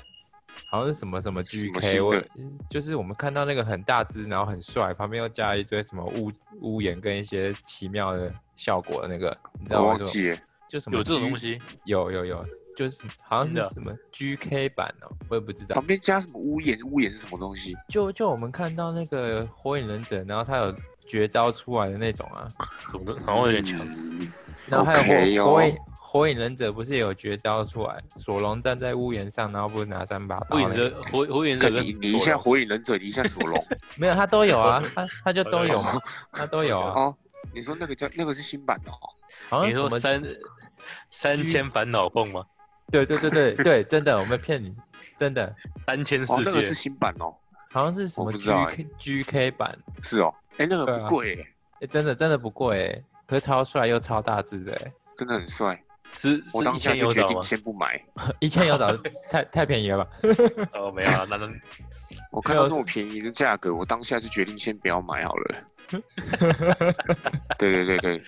Speaker 1: 好像是什么什么
Speaker 4: 什么
Speaker 1: GK，
Speaker 4: 新
Speaker 1: 我
Speaker 4: 的
Speaker 1: 就是我们看到那个很大只，然后很帅，旁边又加一堆什么屋屋檐跟一些奇妙的效果的那个，你知道
Speaker 4: 我
Speaker 1: 吗？
Speaker 4: 忘记了，
Speaker 1: 就什么
Speaker 2: 有这种
Speaker 1: G-
Speaker 2: 东西，
Speaker 1: 有有有，就是好像
Speaker 2: 真的啊
Speaker 1: 是什么 GK 版哦，我也不知道
Speaker 4: 旁。边加什么屋檐？屋檐是什么东西？
Speaker 1: 就就我们看到那个火影忍者，然后他有绝招出来的那种啊，
Speaker 2: 怎么都好像有点强。
Speaker 4: 嗯
Speaker 1: 然后还有火
Speaker 4: OK 哦
Speaker 1: 火影火影忍者不是也有绝招出来？索隆站在屋檐上，然后不是拿三把刀
Speaker 2: 火
Speaker 1: 那
Speaker 2: 影
Speaker 1: 个？
Speaker 2: 忍者，火火影
Speaker 4: 干
Speaker 2: 忍者
Speaker 4: 你
Speaker 2: 跟
Speaker 4: 你一
Speaker 2: 索
Speaker 4: 下
Speaker 2: 隆
Speaker 4: 火影忍者，你一下索隆
Speaker 1: 没有，他都有啊，他他就都有嘛
Speaker 4: 哦，
Speaker 1: 他都有啊，
Speaker 4: 哦。你说那个叫那个是新版的哦，
Speaker 1: 好像
Speaker 2: 你
Speaker 1: 什
Speaker 2: 说
Speaker 1: 么
Speaker 2: 三三千烦恼缝吗？
Speaker 1: 对对对对对，真的，我没骗你，真的，
Speaker 2: 三千
Speaker 4: 哦那个是
Speaker 2: 世界，
Speaker 4: 新版哦，
Speaker 1: 好像是什
Speaker 4: 我
Speaker 1: 么
Speaker 4: 不知道欸
Speaker 1: GK GK 版，
Speaker 4: 是哦，哎那
Speaker 1: 对
Speaker 4: 个
Speaker 1: 啊
Speaker 4: 不贵耶，
Speaker 1: 诶真的真的不贵诶，可是超帅又超大只的欸诶，
Speaker 4: 真的很帅，
Speaker 2: 是
Speaker 4: 我
Speaker 2: 是
Speaker 4: 当
Speaker 2: 一
Speaker 4: 下
Speaker 2: 千
Speaker 4: 就
Speaker 2: 有
Speaker 4: 决
Speaker 2: 找吗
Speaker 4: 定？先不买，
Speaker 1: 一千有 找太太便宜了吧？
Speaker 2: 哦，没有啊，那那
Speaker 4: 我看到这么便宜的价格，我当下就决定先不要买好 了。对对对对，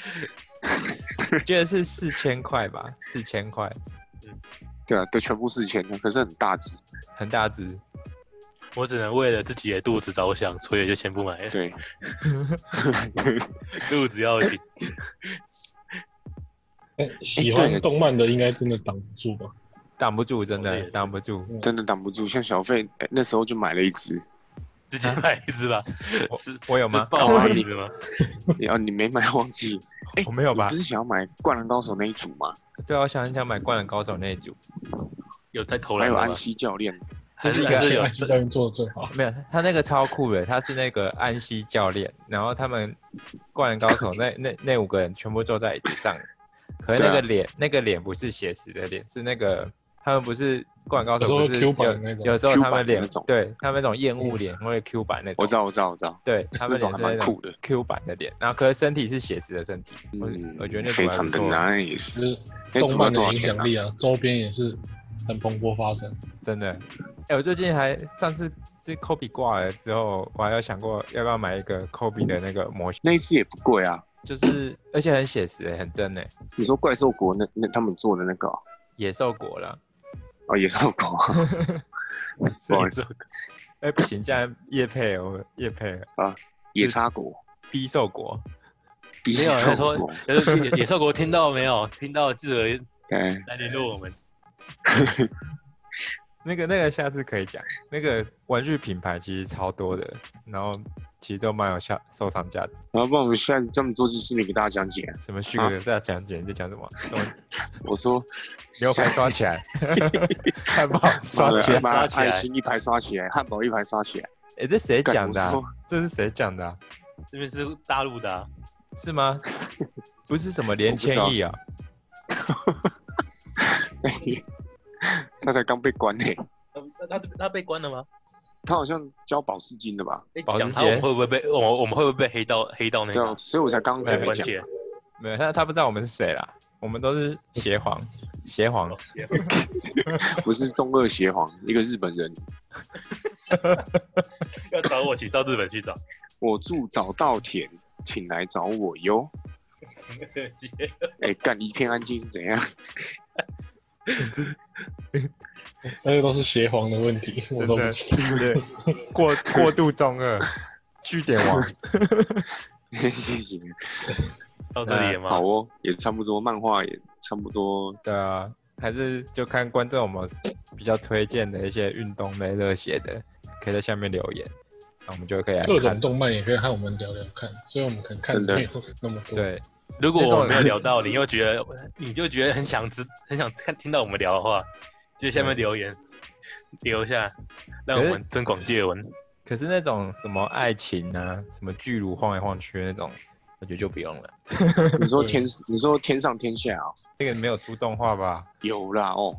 Speaker 1: 我记得是四千块吧，四千块，
Speaker 4: 对啊，对，全部四千的，可是很大只，
Speaker 1: 很大只，
Speaker 2: 我只能为了自己的肚子着想，所以就先不买了。
Speaker 4: 对，
Speaker 2: 肚子要紧，
Speaker 3: 哎喜
Speaker 4: 对了
Speaker 3: 欢动漫的应该真的挡不住吧？
Speaker 1: 挡不住，真
Speaker 2: 哦这也
Speaker 1: 的
Speaker 2: 是
Speaker 1: 挡不住。
Speaker 4: 真的挡不住。像小费、哎那时候就买了一只，
Speaker 2: 自
Speaker 4: 啊
Speaker 2: 己买一只吧。
Speaker 1: 我
Speaker 2: 是
Speaker 1: 我有
Speaker 2: 是
Speaker 1: 吗？
Speaker 2: 爆买一只吗？
Speaker 4: 然哦后你没买 忘记，
Speaker 1: 我没有吧
Speaker 4: 不？是想要买《灌篮高手》那一组吗？
Speaker 1: 对啊，我想很想买《灌篮高手》那一组，
Speaker 2: 有太
Speaker 1: 啊
Speaker 2: 偷
Speaker 4: 还
Speaker 2: 懒
Speaker 4: 有
Speaker 2: 了
Speaker 4: 安
Speaker 2: 吧？
Speaker 4: 西教练，
Speaker 1: 就
Speaker 2: 还
Speaker 1: 是一个
Speaker 2: 还是有
Speaker 3: 安西教练做的最好，
Speaker 1: 没有，他那个超酷的，他是那个安西教练，然后他们灌篮高手那那那五个人全部坐在椅子上，可是
Speaker 4: 对
Speaker 1: 那
Speaker 4: 啊
Speaker 1: 个脸、那个脸不是写实的脸，是那个他们不是灌篮高手
Speaker 3: 有时候
Speaker 1: 不是
Speaker 3: Q 版
Speaker 1: 有
Speaker 3: 的那种
Speaker 1: 有时候
Speaker 4: Q
Speaker 1: 他们
Speaker 4: 版的
Speaker 1: 脸
Speaker 4: 那种
Speaker 1: 对他们那种厌恶脸或者 Q 版那种，
Speaker 4: 我知道，我知道，我知道，
Speaker 1: 对他们
Speaker 4: 那种
Speaker 1: 脸是
Speaker 4: 还蛮
Speaker 1: 那种
Speaker 4: 酷的
Speaker 1: Q 版的脸，然后可是身体是写实的身体，我我觉得那组
Speaker 4: 嗯
Speaker 1: 还
Speaker 4: 非常
Speaker 1: 不
Speaker 4: 的
Speaker 1: 错，啊
Speaker 4: nice。
Speaker 3: 就是
Speaker 4: 那
Speaker 3: 动
Speaker 4: 组要
Speaker 3: 漫
Speaker 4: 多
Speaker 3: 的
Speaker 4: 少
Speaker 3: 影
Speaker 4: 钱啊
Speaker 3: 响？力啊，周边也是很蓬勃发展。
Speaker 1: 真的。哎、我最近还上次这 Kobe 挂了之后，我还有想过要不要买一个 Kobe 的那个模型。
Speaker 4: 那一只也不贵啊。
Speaker 1: 就是而且很写实、欸，很真诶、
Speaker 4: 你说怪兽国那那他们做的那个哦
Speaker 1: 野兽国了。
Speaker 4: 哦，野兽国，不好意思，
Speaker 1: 哎、不行，竟然叶配我们叶配了
Speaker 4: 野叉国，
Speaker 1: 逼兽国，
Speaker 4: 野
Speaker 2: 没有人
Speaker 4: 兽
Speaker 2: 说
Speaker 4: 国，，
Speaker 2: 就是野野兽国听到没有？听到记得
Speaker 4: 对，
Speaker 2: 来联络我们。
Speaker 1: 那个那个下次可以讲。那个玩具品牌其实超多的，然后其实都蛮有下收藏价值。
Speaker 4: 然后帮我们下次专门做这视频给大家讲解。
Speaker 1: 什么旭哥在讲解，你在讲什么？什么
Speaker 4: 我说，
Speaker 1: 牛排刷起 来，汉堡
Speaker 4: 妈
Speaker 1: 刷
Speaker 4: 的
Speaker 1: 起来。
Speaker 4: 妈
Speaker 2: 刷
Speaker 4: 的
Speaker 2: 起来
Speaker 4: 爱心一排刷起来，汉堡一排刷起来。
Speaker 1: 哎、这谁
Speaker 4: 干
Speaker 1: 讲的啊、
Speaker 4: 我说
Speaker 1: 这是谁讲的啊、
Speaker 2: 这边是大陆的啊，
Speaker 1: 是吗？不是什么连
Speaker 4: 我不知道
Speaker 1: 千亿啊、
Speaker 4: 他才刚被关呢、
Speaker 2: 他他他呃被关了吗？
Speaker 4: 他好像交保释金的吧？
Speaker 2: 哎
Speaker 1: 保
Speaker 2: 讲
Speaker 1: 时
Speaker 2: 他我
Speaker 1: 捷
Speaker 2: 们会不会被我们我们会不会被黑到黑到那
Speaker 4: 对
Speaker 2: 个
Speaker 4: 啊
Speaker 2: 啊，
Speaker 4: 所以我才刚刚才
Speaker 1: 没
Speaker 4: 没
Speaker 1: 有
Speaker 2: 关
Speaker 4: 讲。
Speaker 2: 切？
Speaker 1: 没有，他他不知道我们是谁啦，我们都是邪皇，邪皇。
Speaker 4: 不是中二邪皇，一个日本人。
Speaker 2: 要找我，请到日本去 找。
Speaker 4: 我住早稻田，请来找我哟。哎、干一片安静是怎样？
Speaker 3: 那个都是邪皇的问题，我都不知道。
Speaker 1: 对， 过过度中二，据点王。
Speaker 4: 谢谢。
Speaker 2: 到这里了
Speaker 4: 好
Speaker 2: 吗？
Speaker 4: 哦，也差不多，漫画也差不多。
Speaker 1: 对啊，还是就看观众有没有比较推荐的一些运动类热血的，可以在下面留言，那我们就可以来
Speaker 3: 各
Speaker 1: 看
Speaker 3: 种。动漫也可以和我们聊聊看，虽然我们可能看的没有那么多。
Speaker 1: 对，
Speaker 2: 如果我们没有聊到，你又觉得你就觉得很想知很想看听到我们聊的话，就下面留言留一下，让我们增广见闻。
Speaker 1: 可是那种什么爱情啊，什么巨乳晃来晃去的那种，我觉得就不用了。
Speaker 4: 你说天，你说天上天下啊、
Speaker 1: 那个没有出动画吧？
Speaker 4: 有啦哦，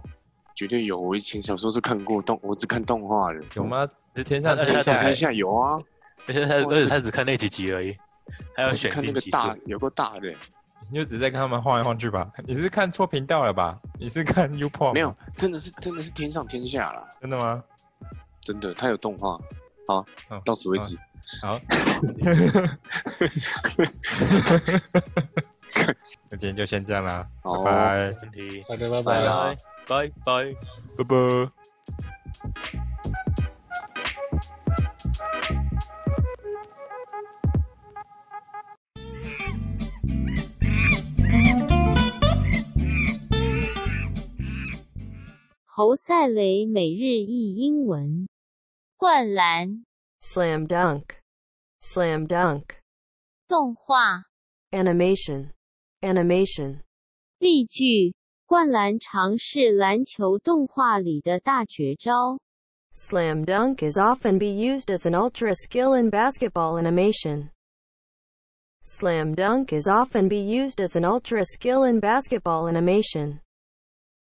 Speaker 4: 绝对有。我以前小时候是看过动，我只看动画的。
Speaker 1: 有吗？天上
Speaker 2: 那
Speaker 1: 天
Speaker 4: 天
Speaker 1: 下
Speaker 4: 上
Speaker 1: 来
Speaker 4: 天，下有啊，
Speaker 2: 而且他而且他只看那几集而已，还要
Speaker 4: 我
Speaker 2: 选
Speaker 4: 看那
Speaker 2: 定
Speaker 4: 个
Speaker 2: 集数。
Speaker 4: 大，有个大的、
Speaker 1: 你就只是在看他们晃来晃去吧？你是看错频道了吧？你是看 U p o
Speaker 4: 没有，，真的是真的是天上天下啦，
Speaker 1: 真的吗？
Speaker 4: 真的，它有动画。好
Speaker 1: 好，
Speaker 4: 到此为止。
Speaker 1: 好，那今天就先这样啦，
Speaker 4: 好
Speaker 1: 拜拜，
Speaker 2: 问题，
Speaker 3: 大家拜
Speaker 4: 拜
Speaker 3: 拜啊
Speaker 4: 啦
Speaker 3: 啦。
Speaker 1: 啊
Speaker 2: 拜拜拜。
Speaker 1: 拜拜。
Speaker 5: 侯赛雷每日一英文，灌篮、
Speaker 6: slam dunk, slam dunk,
Speaker 5: 动画、
Speaker 6: animation, animation,
Speaker 5: 例句：灌篮常是篮球动画里的大绝招。
Speaker 6: slam dunk is often be used as an ultra skill in basketball animation. Slam dunk is often be used as an ultra skill in basketball animation.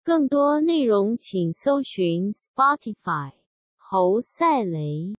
Speaker 5: 更多内容请搜寻 Spotify 侯赛雷。